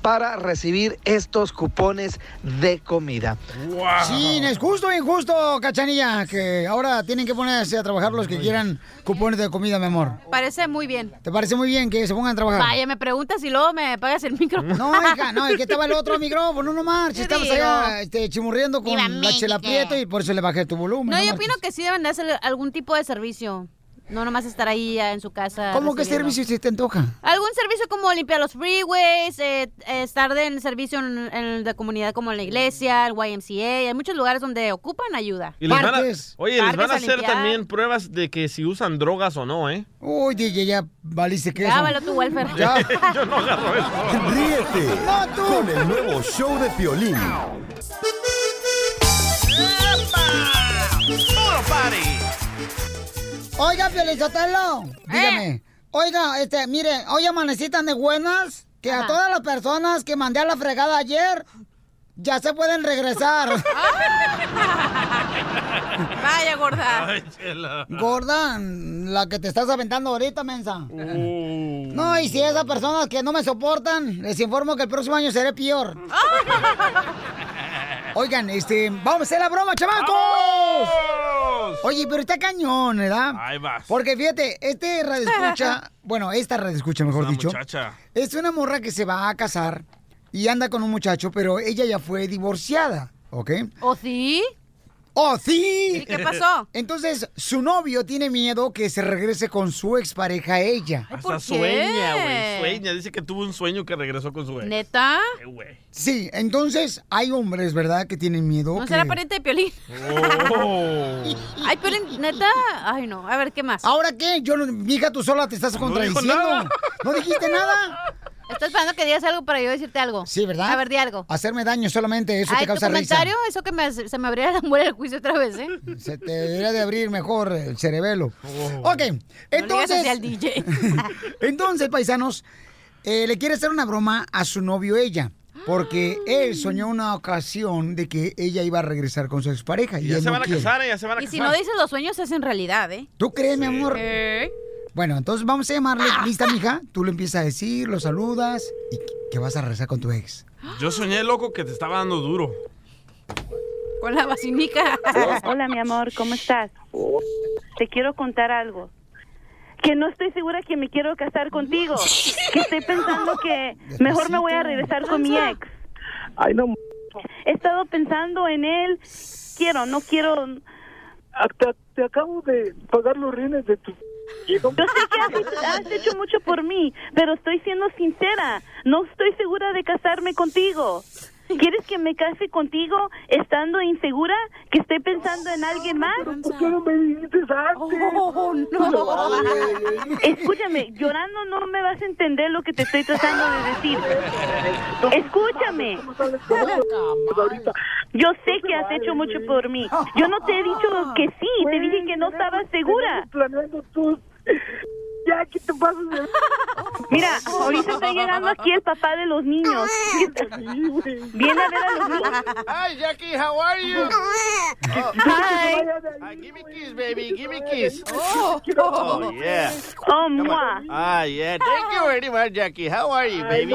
N: para recibir estos cupones de comida.
B: Sí, es justo e injusto, cachanilla, que ahora tienen que ponerse a trabajar los que quieran cupones de comida, mi amor.
D: Parece muy bien.
B: ¿Te parece muy bien que se pongan a trabajar?
D: Vaya, me preguntas y luego me pagas el micrófono.
B: No, hija, no, es que estaba el otro micrófono, no marches, estabas allá este, chimurriendo con
D: Viva
B: la chela
D: México.
B: prieto y por eso le bajé tu volumen.
D: No, yo
B: marches.
D: opino que sí deben de hacer algún tipo de servicio. No nomás estar ahí eh, en su casa.
B: ¿Cómo que
D: recibiendo.
B: servicio se te antoja?
D: Algún servicio como limpiar los freeways, eh, eh, estar de- en servicio en, en la comunidad como en la iglesia, el YMCA. Hay muchos lugares donde ocupan ayuda.
C: Y les van a- oye, les van
D: Parques
C: a hacer
D: limpiar.
C: también pruebas de que si usan drogas o no, ¿eh?
B: Uy, DJ, ya valiste que
D: Ya, valió tu welfare.
B: Ya.
C: Yo no agarro eso.
E: Ríete
B: No, tú.
E: con el nuevo show de Piolín.
C: ¡Puro party!
B: Oiga, Pielizotelo, dígame.
D: Eh.
B: Oiga, este, mire, hoy amanecitan de buenas que a todas las personas que mandé a la fregada ayer ya se pueden regresar.
D: Vaya, gorda.
B: Gorda, la que te estás aventando ahorita, mensa. No, y si esas personas que no me soportan, les informo que el próximo año seré peor. Oigan, este, vamos a hacer la broma, chamacos. Oye, pero está cañón, ¿verdad?
C: Ahí vas.
B: Porque fíjate, este radio escucha, bueno, esta radio escucha, mejor
C: Una
B: dicho.
C: muchacha.
B: Es una morra que se va a casar y anda con un muchacho, pero ella ya fue divorciada, ¿ok?
D: ¿O sí?
B: ¡Oh, sí!
D: ¿Y qué pasó?
B: Entonces, su novio tiene miedo que se regrese con su expareja ella.
C: Hasta sueña, güey. Sueña. Dice que tuvo un sueño que regresó con su ex.
D: ¿Neta?
C: Eh, güey.
B: Sí, entonces hay hombres, ¿verdad?, que tienen miedo.
D: ¿No
B: que- Oh.
D: será pariente de Piolín? Ay, Piolín, neta. Ay, no. A ver, ¿qué más?
B: ¿Ahora qué? Yo no, mija, tú sola te estás contradiciendo.
D: nada.
B: ¿No dijiste nada?
D: Estoy esperando que digas algo para yo decirte algo.
B: Sí, ¿verdad?
D: A ver, di algo.
B: Hacerme daño solamente, eso
D: Ay,
B: te causa
D: tu
B: risa.
D: comentario, eso que me- se me abriera la muela del juicio otra vez, ¿eh? No
B: Se te debería de abrir mejor el cerebelo.
C: Oh.
B: Ok, entonces...
D: al DJ.
B: Entonces, paisanos, eh, le quiere hacer una broma a su novio ella. Porque
C: Ah.
B: él soñó una ocasión de que ella iba a regresar con su expareja. Y
C: Ya
B: él
C: se
B: no
C: van a
B: quiere.
C: casar, eh, ya se van a
D: Y
C: casar.
D: si no dices los sueños, es en realidad, ¿eh?
B: ¿Tú crees, mi amor? Bueno, entonces vamos a llamarle. ¿Lista, mija? Tú le empiezas a decir, lo saludas y que- que vas a regresar con tu ex.
C: Yo soñé, loco, que te estaba dando duro.
D: Con la vacinica.
G: Hola, mi amor, ¿cómo estás?
H: Oh.
G: Te quiero contar algo. Que no estoy segura que me quiero casar contigo. Que estoy pensando que mejor me voy a regresar con mi ex.
T: Ay, no.
G: He estado pensando en él. Quiero, no quiero.
T: Te, te acabo de pagar los rines de tu hijo.
G: Yo sé que has, has hecho mucho por mí, pero estoy siendo sincera. No estoy segura de casarme contigo. ¿Quieres que me case contigo estando insegura? ¿Que estoy pensando en alguien más? ¿Por qué no me dijiste antes? Escúchame, llorando no me vas a entender lo que te estoy tratando de decir. Escúchame. Yo sé que has hecho mucho por mí. Yo no te he dicho que sí, te dije que no estabas segura. Ya, ¿qué te pasa? Mira, ahorita está llegando aquí el papá de los niños. Viene a ver a los niños.
C: Hi, Jackie, how are you?
G: Hi.
C: Hi, give me kiss, baby, give me kiss.
G: Oh.
C: Oh, yeah.
G: Oh, mua.
C: Ah, yeah. Thank you very much, Jackie. How are you, baby?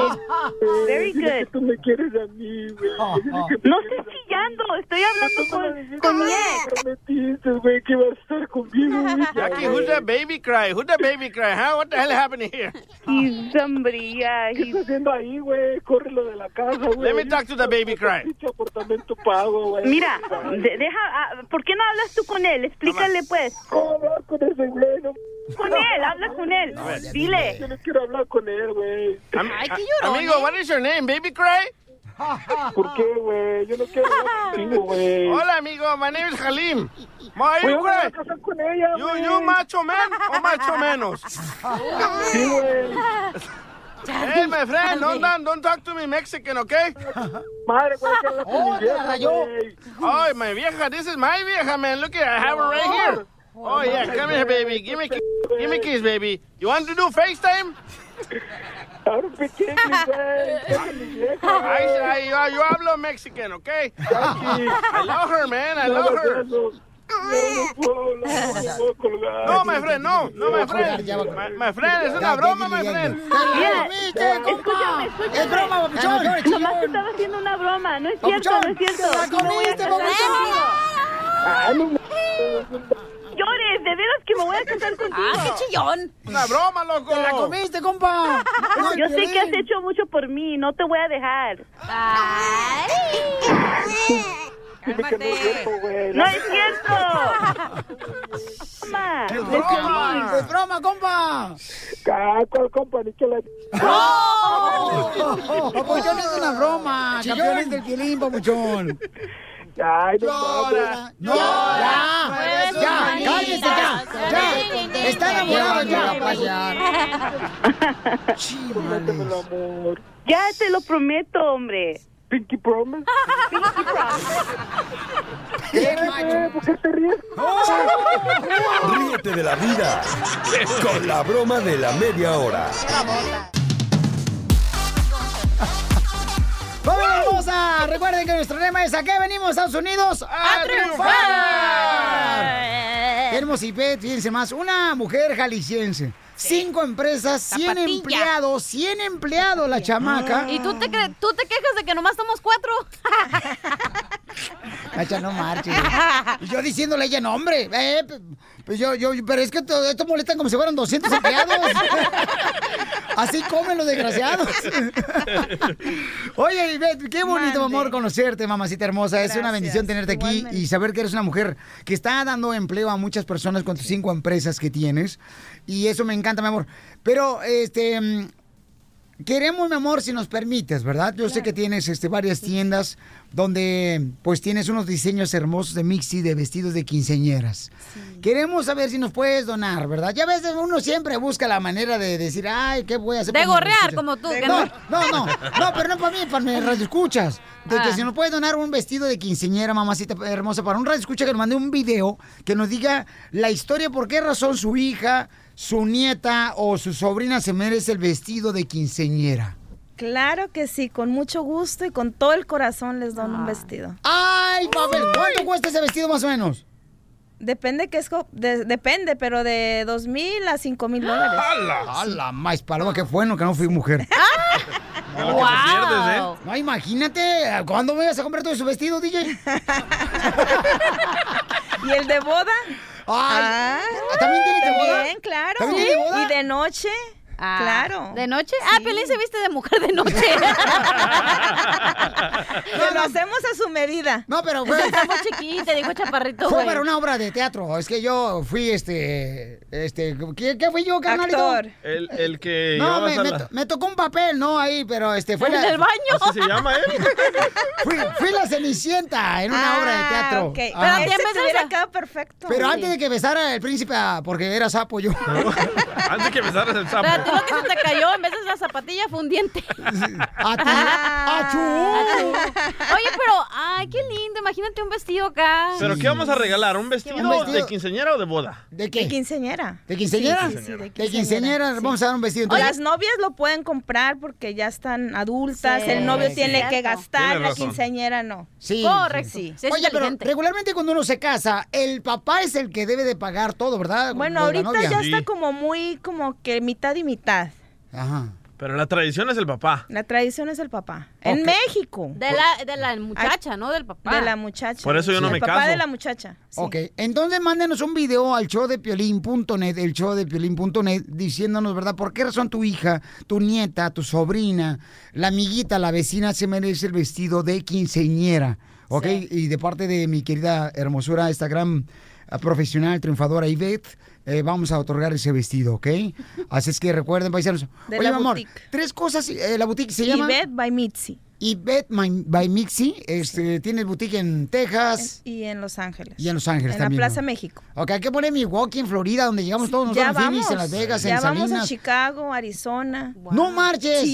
G: Very good.
T: Tú me quieres a mí, güey.
G: No estoy chillando, estoy hablando con, con mi ex.
T: Prometiste, güey, que ibas a estar conmigo, güey.
C: Jackie, who's that baby cry? Who's that baby cry? Huh? What the hell happened here?
G: He's somebody, yeah.
T: ¿Qué estás haciendo ahí, güey? Córrelo de la casa, güey.
C: Let me talk to the baby cry.
T: Pinche apartamento pago,
C: Pues,
T: güey.
G: Mira, de- deja, ah, ¿por qué no hablas tú con él? Explícale pues.
T: ¿Cómo hablar con ese güey? No,
G: Con él, habla con él. Dile.
T: yo no quiero hablar con él, güey.
G: Ay, qué llorón,
C: Amigo, what is your name, baby cry?
T: ¿Por qué, güey? Yo no quiero hablar contigo, güey.
C: Hola, amigo. My name is Halim. Why are
T: Güey,
C: you
T: me voy a
C: cry?
T: casar con ella,
C: You,
T: güey.
C: you macho man o macho menos?
T: Sí, güey.
C: Hey, my friend, don't, don't, don't talk to me Mexican, okay?
L: Madre, güey, qué loco,
C: Oh,
L: mi
C: te
L: vieja,
C: la rayó.
L: güey.
C: Ay, my vieja, this is my vieja, man. Look, I have her right here. Oh, yeah, come here, baby. Give me, ki- give me kiss, baby. You want to do FaceTime? I, I, yo, yo hablo Mexican, okay? I love her, man. I love her. No, my friend, no. No, my friend. My, my friend, es una broma, my friend.
G: Mira, escúchame, escúchame.
B: Es broma, papuchón.
G: Nomás te estaba haciendo una broma. No es cierto,
B: Papuchón,
G: no es cierto.
B: te la
G: No voy a
C: Este
B: comiste,
G: casar
B: papuchón.
G: Llores, de veras que me voy a casar contigo.
D: Ah, qué chillón.
C: Una broma, loco.
B: Te la comiste, compa. No,
G: Yo sé
B: Piolín.
G: que has hecho mucho por mí, no te voy a dejar. No es cierto. Broma.
L: ¡Qué
G: Les
L: broma!
G: comí.
B: broma, compa!
L: Caco, el compa, ni que la...
B: Oh, Papuchón es una broma.
L: Chillón.
B: Campeones del violín, papuchón.
L: Ay, no
B: Llora,
L: mames.
D: Pues,
B: llora. Ya, ya,
L: Mueve sus
B: cálmese ya.
L: manitas.
B: Ya, está enamorado ya, pasear.
L: Prométemelo, amor.
G: Ya te lo prometo, hombre.
L: Pinky Promise.
B: Qué
L: macho. ¿Por qué te ríes?
E: Ríete de la vida con la broma de la media hora.
B: ¡Vamos, hermosa! Recuerden que nuestro lema es ¿A qué venimos, Estados Unidos? ¡A, triunfar! Tenemos IPET, fíjense más, una mujer jalisciense. Cinco empresas, 100
D: Zapatilla.
B: empleados, 100 empleados la chamaca.
D: Y tú te, cre- tú te quejas de que nomás somos cuatro.
B: Cacha, Ah, no marches. Y yo diciéndole a ella, no, hombre. eh, p- pues yo, yo, pero es que to- esto molestan como si fueran 200 empleados. Así comen los desgraciados. Oye, Ivette, qué bonito, amor, conocerte, mamacita hermosa. es una
D: Gracias,
B: bendición tenerte aquí y saber que eres una mujer que está dando empleo a muchas personas con tus cinco empresas que tienes. Y eso me encanta, mi amor. Pero, este, mm, queremos, mi amor, si nos permites, ¿verdad? Yo sé que tienes este, varias tiendas donde pues tienes unos diseños hermosos de Mixi de vestidos de quinceñeras. Queremos saber si nos puedes donar, ¿verdad? Ya a veces uno siempre busca la manera de decir, ay, ¿qué voy a hacer?
D: De
B: por mi
D: gorrear,
B: escucha?"
D: como tú, que
B: No,
D: no.
B: no, no, no, pero no para mí, para mi radio escuchas. De que
D: Ah.
B: si nos puedes donar un vestido de quinceñera, mamacita hermosa, para un radio escucha que nos mande un video que nos diga la historia, por qué razón su hija, su nieta o su sobrina se merece el vestido de quinceñera.
V: Claro que sí, con mucho gusto y con todo el corazón les doy un vestido.
B: ¡Ay, Pavel! ¿Cuánto cuesta ese vestido más o menos?
V: Depende que es co- de- depende, pero de dos mil a cinco mil dólares.
B: ¡Hala! ¡Ah! ¡Hala, más paloma! ¡Qué bueno que no fui mujer!
V: Ah. De lo que te pierdes, ¿eh?
B: No, imagínate, ¿cuándo me vas a comprar todo su vestido, DJ?
V: ¿Y el de boda? Ah.
B: ¡Ay! Ah, ¿También tiene de boda?
V: También, claro.
B: ¿También tiene de boda?
V: ¿Y de noche? claro.
D: Ah, ¿De noche? Ah, Pelín se viste de mujer de noche.
V: Te lo hacemos a su medida.
B: No, pero fue-
D: Está muy chiquita, dijo chaparrito.
B: Fue
D: güey.
B: para una obra de teatro. Es que yo fui este. este ¿Qué, qué fui yo, carnalito?
C: El, el que
B: No,
C: llevabas
B: me,
C: a
B: me
C: la-
B: to- me tocó un papel, ¿no? Ahí, pero este fue
C: ¿En el baño? Así se llama, ¿eh?
B: fui, fui la Cenicienta en una obra de teatro.
V: Ah, ok. Pero
B: Ajá.
V: antes te hubiera quedado perfecto.
B: Ah. Pero antes de que besara el príncipe, ah, porque era sapo yo.
C: Antes que besaras el sapo.
D: Pero a ti lo que se te cayó en vez de la zapatilla fue un diente.
B: A
D: Ah.
B: ti.
D: Oye, pero, ay, qué lindo. Imagínate un vestido acá.
C: ¿Pero qué vamos a regalar? ¿Un vestido,
D: ¿Un vestido?
C: de quinceañera o de boda?
B: ¿De qué?
V: De quinceañera.
B: ¿De quinceañera?
V: Sí, sí, sí, de
B: De quinceañera, vamos a dar un vestido.
V: O
B: entonces.
V: las novias lo pueden comprar porque ya están adultas,
B: Sí,
V: el novio
B: sí.
V: tiene que
B: Cierto.
V: gastar,
B: Tienes
V: la
B: razón.
V: quinceañera no.
B: Sí.
V: oh, Sí.
B: Oye, pero regularmente cuando uno se casa, el papá es el que debe de pagar todo, ¿verdad?
V: Bueno,
B: Lo de la
V: ahorita
B: novia.
V: ya está como muy, como que mitad y mitad.
B: Ajá.
C: Pero la tradición es el papá.
V: La tradición es el papá. En
C: Ok.
V: México.
D: De la, de la muchacha, ¿no? Del papá.
V: De la muchacha.
C: Por eso yo no
V: El
C: me
V: papá
C: caso.
V: de la muchacha. sí.
B: Ok, entonces mándenos un video al show de piolín.net, el show de piolín.net, diciéndonos, ¿verdad? ¿Por qué razón tu hija, tu nieta, tu sobrina, la amiguita, la vecina se merece el vestido de quinceñera? ¿Ok? Y de parte de mi querida hermosura, esta gran eh, profesional, triunfadora Ivette, eh, vamos a otorgar ese vestido, ¿ok? Así es que recuerden, paisanos.
V: De
B: Oye,
V: la
B: mi amor,
V: boutique.
B: tres cosas, eh, la boutique se llama...
V: Yvette by Mitzi.
B: Y Bet My- by Mixi, este, tienes boutique en Texas
V: Y en Los Ángeles.
B: y en Los Ángeles
V: En la
B: también.
V: Plaza
B: ¿no?
V: México.
B: Ok, hay que poner Milwaukee en Florida, donde llegamos todos nosotros,
V: ya
B: en
V: vamos.
B: Phoenix, en Las Vegas,
V: ya
B: en
V: vamos a
B: Salinas.
V: Chicago, Arizona.
B: ¡No marches!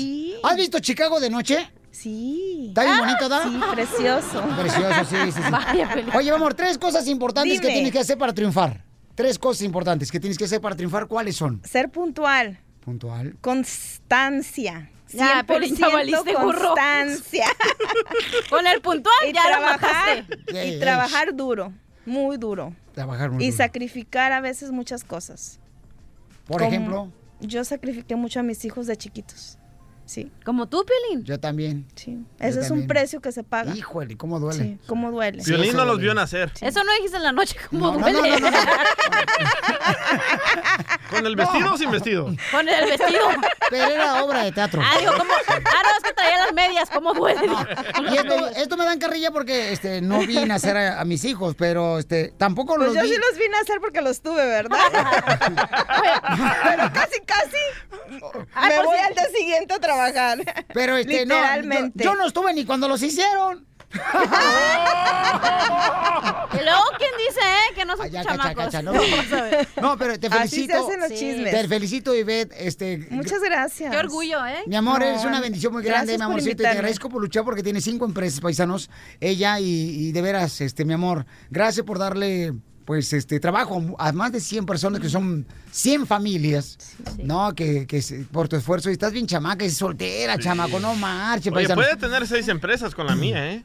B: ¿Has visto Chicago de noche?
V: Sí.
B: ¿Está bien
V: Ah,
B: bonito, da?
V: sí, precioso.
B: Precioso, sí, sí. sí.
V: Vaya película.
B: Oye, amor, tres cosas importantes que
V: Dime.
B: tienes que hacer para triunfar. Tres cosas importantes que tienes que hacer para triunfar. ¿Cuáles son?
V: Ser puntual,
B: Puntual.
V: constancia.
D: Ah, Ya,
V: 100%
D: Pelín, ya valiste, burro.
V: constancia.
D: Con el puntual
V: y
D: ya la
V: trabajar,
D: mataste.
V: y trabajar duro, muy duro.
B: Trabajar muy
V: y
B: duro.
V: sacrificar a veces muchas cosas.
B: Por
V: Como-
B: ejemplo.
V: Yo sacrifiqué mucho a mis hijos de chiquitos. Sí.
D: Como tú, Pelín.
B: Yo también.
V: Sí.
B: Yo
V: Ese es
B: también.
V: un precio que se paga.
B: Híjole, cómo duele.
V: Sí, cómo duele.
C: Violín no los vio nacer.
D: Eso no dijiste en la noche, como
C: No, no,
D: duele.
C: no, no, ¿Con el vestido o sin vestido?
D: Con el vestido.
B: Pero era obra de teatro.
D: Ah, digo, ¿cómo? Ah, no, es que traía las medias, ¿cómo duele?
B: Ah, Y esto, esto me dan carrilla porque este, no vi nacer a, a mis hijos, pero este, tampoco
V: Pues
B: los
V: yo
B: vi.
V: sí los vine a hacer porque los tuve, ¿verdad? Pero casi, casi
D: Ah,
B: Ay,
V: me
B: pues
V: voy
B: sí.
V: al día siguiente a trabajar.
B: Pero este, no,
V: Literalmente.
B: yo, yo no estuve ni cuando los hicieron.
D: Y luego, ¿quién dice, eh? Que no son
B: Ah, Ya, cacha,
D: chamacos.
B: cacha, no,
D: Vamos a ver.
B: no, pero te felicito.
V: Así se hacen los Sí. chismes.
B: Te felicito, Ivette. Este,
V: Muchas gracias.
D: Qué orgullo, ¿eh?
B: Mi amor,
V: No,
B: eres una bendición muy
V: gracias
B: grande, mi
V: por
B: amorcito. Y te
V: invitarme.
B: agradezco por luchar porque tiene cinco empresas paisanos, ella y, y de veras, este, mi amor, gracias por darle, pues, este, trabajo a más de 100 personas que son 100 familias, ¿no? Que, que se- por tu esfuerzo. Y estás bien chamaca, y soltera,
C: Sí.
B: chamaco, no marche,
C: Oye,
B: paisanos.
C: puede tener seis empresas con la mía, ¿eh?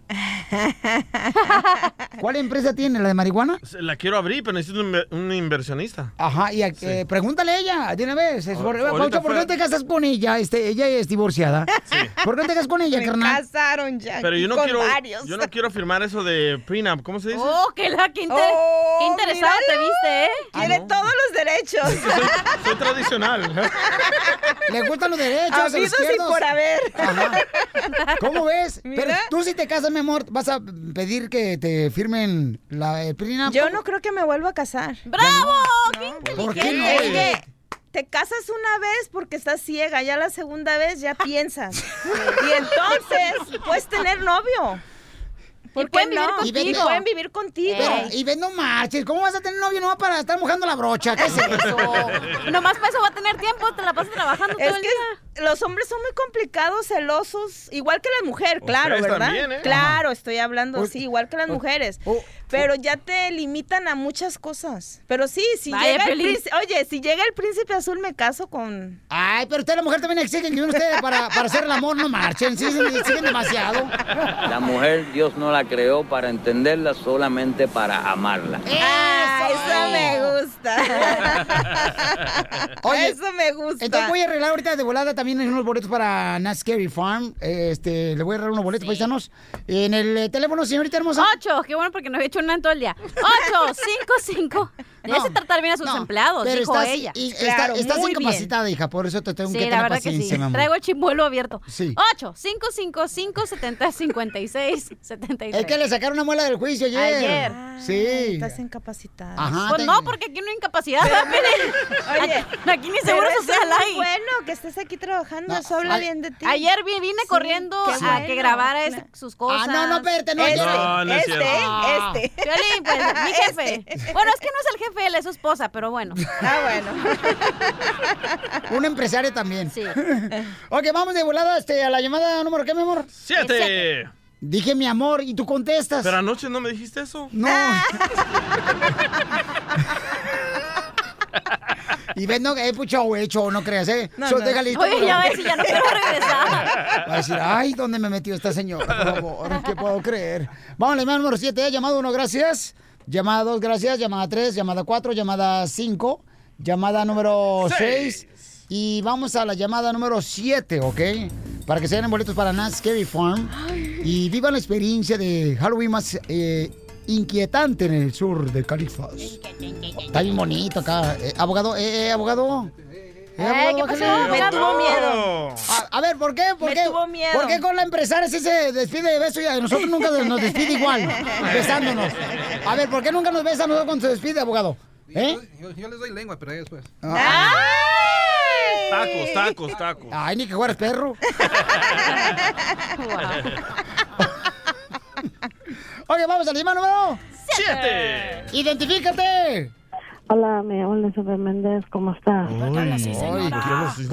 B: ¿Cuál empresa tiene? ¿La de marihuana?
C: Se- La quiero abrir, pero necesito un, inver- un inversionista.
B: Ajá, y a- eh, pregúntale a ella, de una vez. Es por,
C: ahorita
B: Paucho, ¿por qué
C: fuera-
B: no te casas con ella? Este, ella es divorciada. ¿Por qué no te casas con ella,
V: Me
B: carnal?
V: casaron ya.
C: Pero yo no
V: con
C: quiero
V: varios.
C: yo no quiero firmar eso de prenup, ¿cómo se dice?
D: Oh, que la qué, inter-
V: Oh,
D: qué interesado te
V: míralo. Ah,
D: viste, ¿eh?
V: Tiene todos los derechos.
C: Soy tradicional.
B: Le gustan los derechos. a los
V: Habidos y
B: izquierdos.
V: por haber.
B: Ajá. ¿Cómo ves?
V: Mira.
B: Pero tú si te casas, mi amor, vas a pedir que te firmen la eh, prenup?
V: Yo no creo que me vuelva a casar.
D: ¡Bravo!
B: ¿Por qué no?
V: Es que te casas una vez porque estás ciega, ya la segunda vez ya
D: Ah.
V: piensas. y entonces puedes tener novio. ¿Por qué
D: pueden vivir
V: no?
D: contigo.
V: Y pueden vivir contigo.
B: Pero, y ven, no marches, ¿cómo vas a tener novio no para estar mojando la brocha? ¿Qué es eso?
D: Nomás para eso va a tener tiempo, te la pasas trabajando todo
V: Es
D: el
V: que
D: día.
V: los hombres son muy complicados, celosos, igual que la mujer, claro,
D: Ustedes
V: ¿verdad?
D: también, ¿eh? Pues,
V: Claro, estoy hablando
D: Uy,
V: sí, igual que las
D: uy,
V: mujeres. pero ya te limitan a muchas cosas. Pero sí, si
D: Vaya,
V: llega el
D: Piolín.
V: príncipe, oye, si llega el príncipe azul me caso con
B: Ay, pero usted la mujer también exigen que ustedes para, para hacer el amor no marchen, sí, sí, exigen demasiado.
A: La mujer Dios no la creó para entenderla, solamente para amarla.
V: Ah, eso me gusta.
B: Oye,
V: eso me gusta.
B: Entonces voy a arreglar ahorita de volada también unos boletos para Not Scary Farm. eh, Este, le voy a arreglar unos boletos paisanos. En el eh, teléfono, señorita hermosa.
D: Ocho, qué bueno porque no había hecho nada en todo el día. Ocho, cinco, cinco. Debe
B: No,
D: tratar bien a sus
B: no,
D: empleados,
B: pero
D: dijo
B: estás,
D: ella.
B: y- está- estás
D: muy bien.
B: incapacitada, hija, por eso te tengo que
D: Sí,
B: tener
D: la verdad que
B: paciencia,
D: sí.
B: mi amor.
D: Traigo el chimuelo abierto.
B: Sí.
D: 8, 5, 5, 5, 70, 56, 73.
B: Es que le sacaron una muela del juicio ayer. Ah,
D: Ayer.
B: Sí.
V: Estás incapacitada.
B: Ajá,
D: Pues
B: te-
D: no, porque aquí no hay incapacidad. ¿verdad?
V: Oye,
D: aquí ni seguro
V: pero eso
D: social
V: es muy
D: hay.
V: bueno que estés aquí trabajando,
D: No,
V: eso habla
D: ay-
V: bien de ti.
D: Ayer vi- vine
V: Sí,
D: corriendo
V: qué
D: a que
V: bueno.
D: grabara es- sus
V: Ah,
D: cosas.
V: no, no, espérate, no, Este,
C: No, no es este, cierto.
V: este.
D: Piolín, pues, mi jefe. Bueno, es que no es el jefe, él es su esposa, pero bueno.
B: Un empresario también.
D: Sí.
B: ok, vamos de volada este, a la llamada número qué, mi amor.
C: ¡Siete!
B: Dije mi amor y tú contestas.
C: Pero anoche no me dijiste eso.
B: No. y ven, no, eh, pucha, o hecho, no creas, ¿eh?
D: No,
B: Soy
D: no.
B: de Jalisco,
D: Oye,
B: pero-
D: ya ves, y ya no quiero
B: Va a decir, ay, ¿dónde me metió esta señora? Por favor, ¿qué puedo creer? Vamos, la llamada número 7, llamada 1, gracias. Llamada 2, gracias. Llamada 3, llamada 4, llamada 5, llamada número 6. Y vamos a la llamada número 7, ¿ok? Para que se den boletos para Nat Scary Farm. Y vivan la experiencia de Halloween más eh, inquietante en el sur de Califas. Está bien bonito acá. Eh, abogado, eh, eh, abogado.
V: Eh, ¿qué
B: bájale. Ah,
V: pasó, Me abogado? tuvo miedo.
B: A, a ver, ¿por qué? ¿Por
V: Me
B: qué?
V: tuvo miedo.
B: ¿Por qué con la empresaria sí se despide de beso y a nosotros nunca de- nos despide igual, besándonos? A ver, ¿por qué nunca nos besa a nosotros cuando se despide, abogado? ¿Eh?
R: Ah.
U: Yo, yo les doy lengua, pero ahí después.
B: Ah.
C: Tacos, tacos, tacos.
B: Ay, ni que jugaras perro.
U: Ah.
B: Oye, vamos al tema número
C: ¡Siete!
B: ¡Identifícate!
K: Hola, me llamo Elizabeth Méndez, ¿cómo estás?
B: ¿Me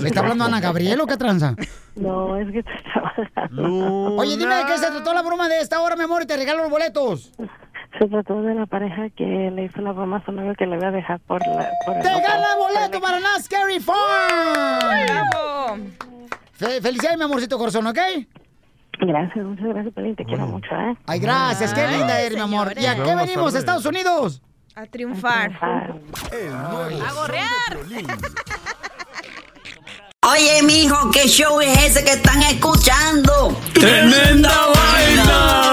B: está hablando Ana Gabriel o qué tranza?
K: No, es que estaba-
B: Oye, dime de qué se trató la broma de esta hora, mi amor, y te regalo los boletos.
K: se trató de la pareja que le hizo la broma a su novio que le voy a dejar por la... Por el
B: ¡Te
K: otro.
B: gana boleto para Not Scary Farm! Fe- felicidades, mi amorcito corazón, ¿ok?
K: Gracias, muchas gracias, Pelín, te quiero mucho, ¿eh?
B: Ay, gracias, qué linda eres, mi amor. ¿Y a qué
K: Buenas
B: venimos,
K: tardes.
B: Estados Unidos?
V: A triunfar.
E: A
V: gorrear.
F: Oye, mijo, ¿qué show es ese que están escuchando?
W: ¡Tremenda vaina!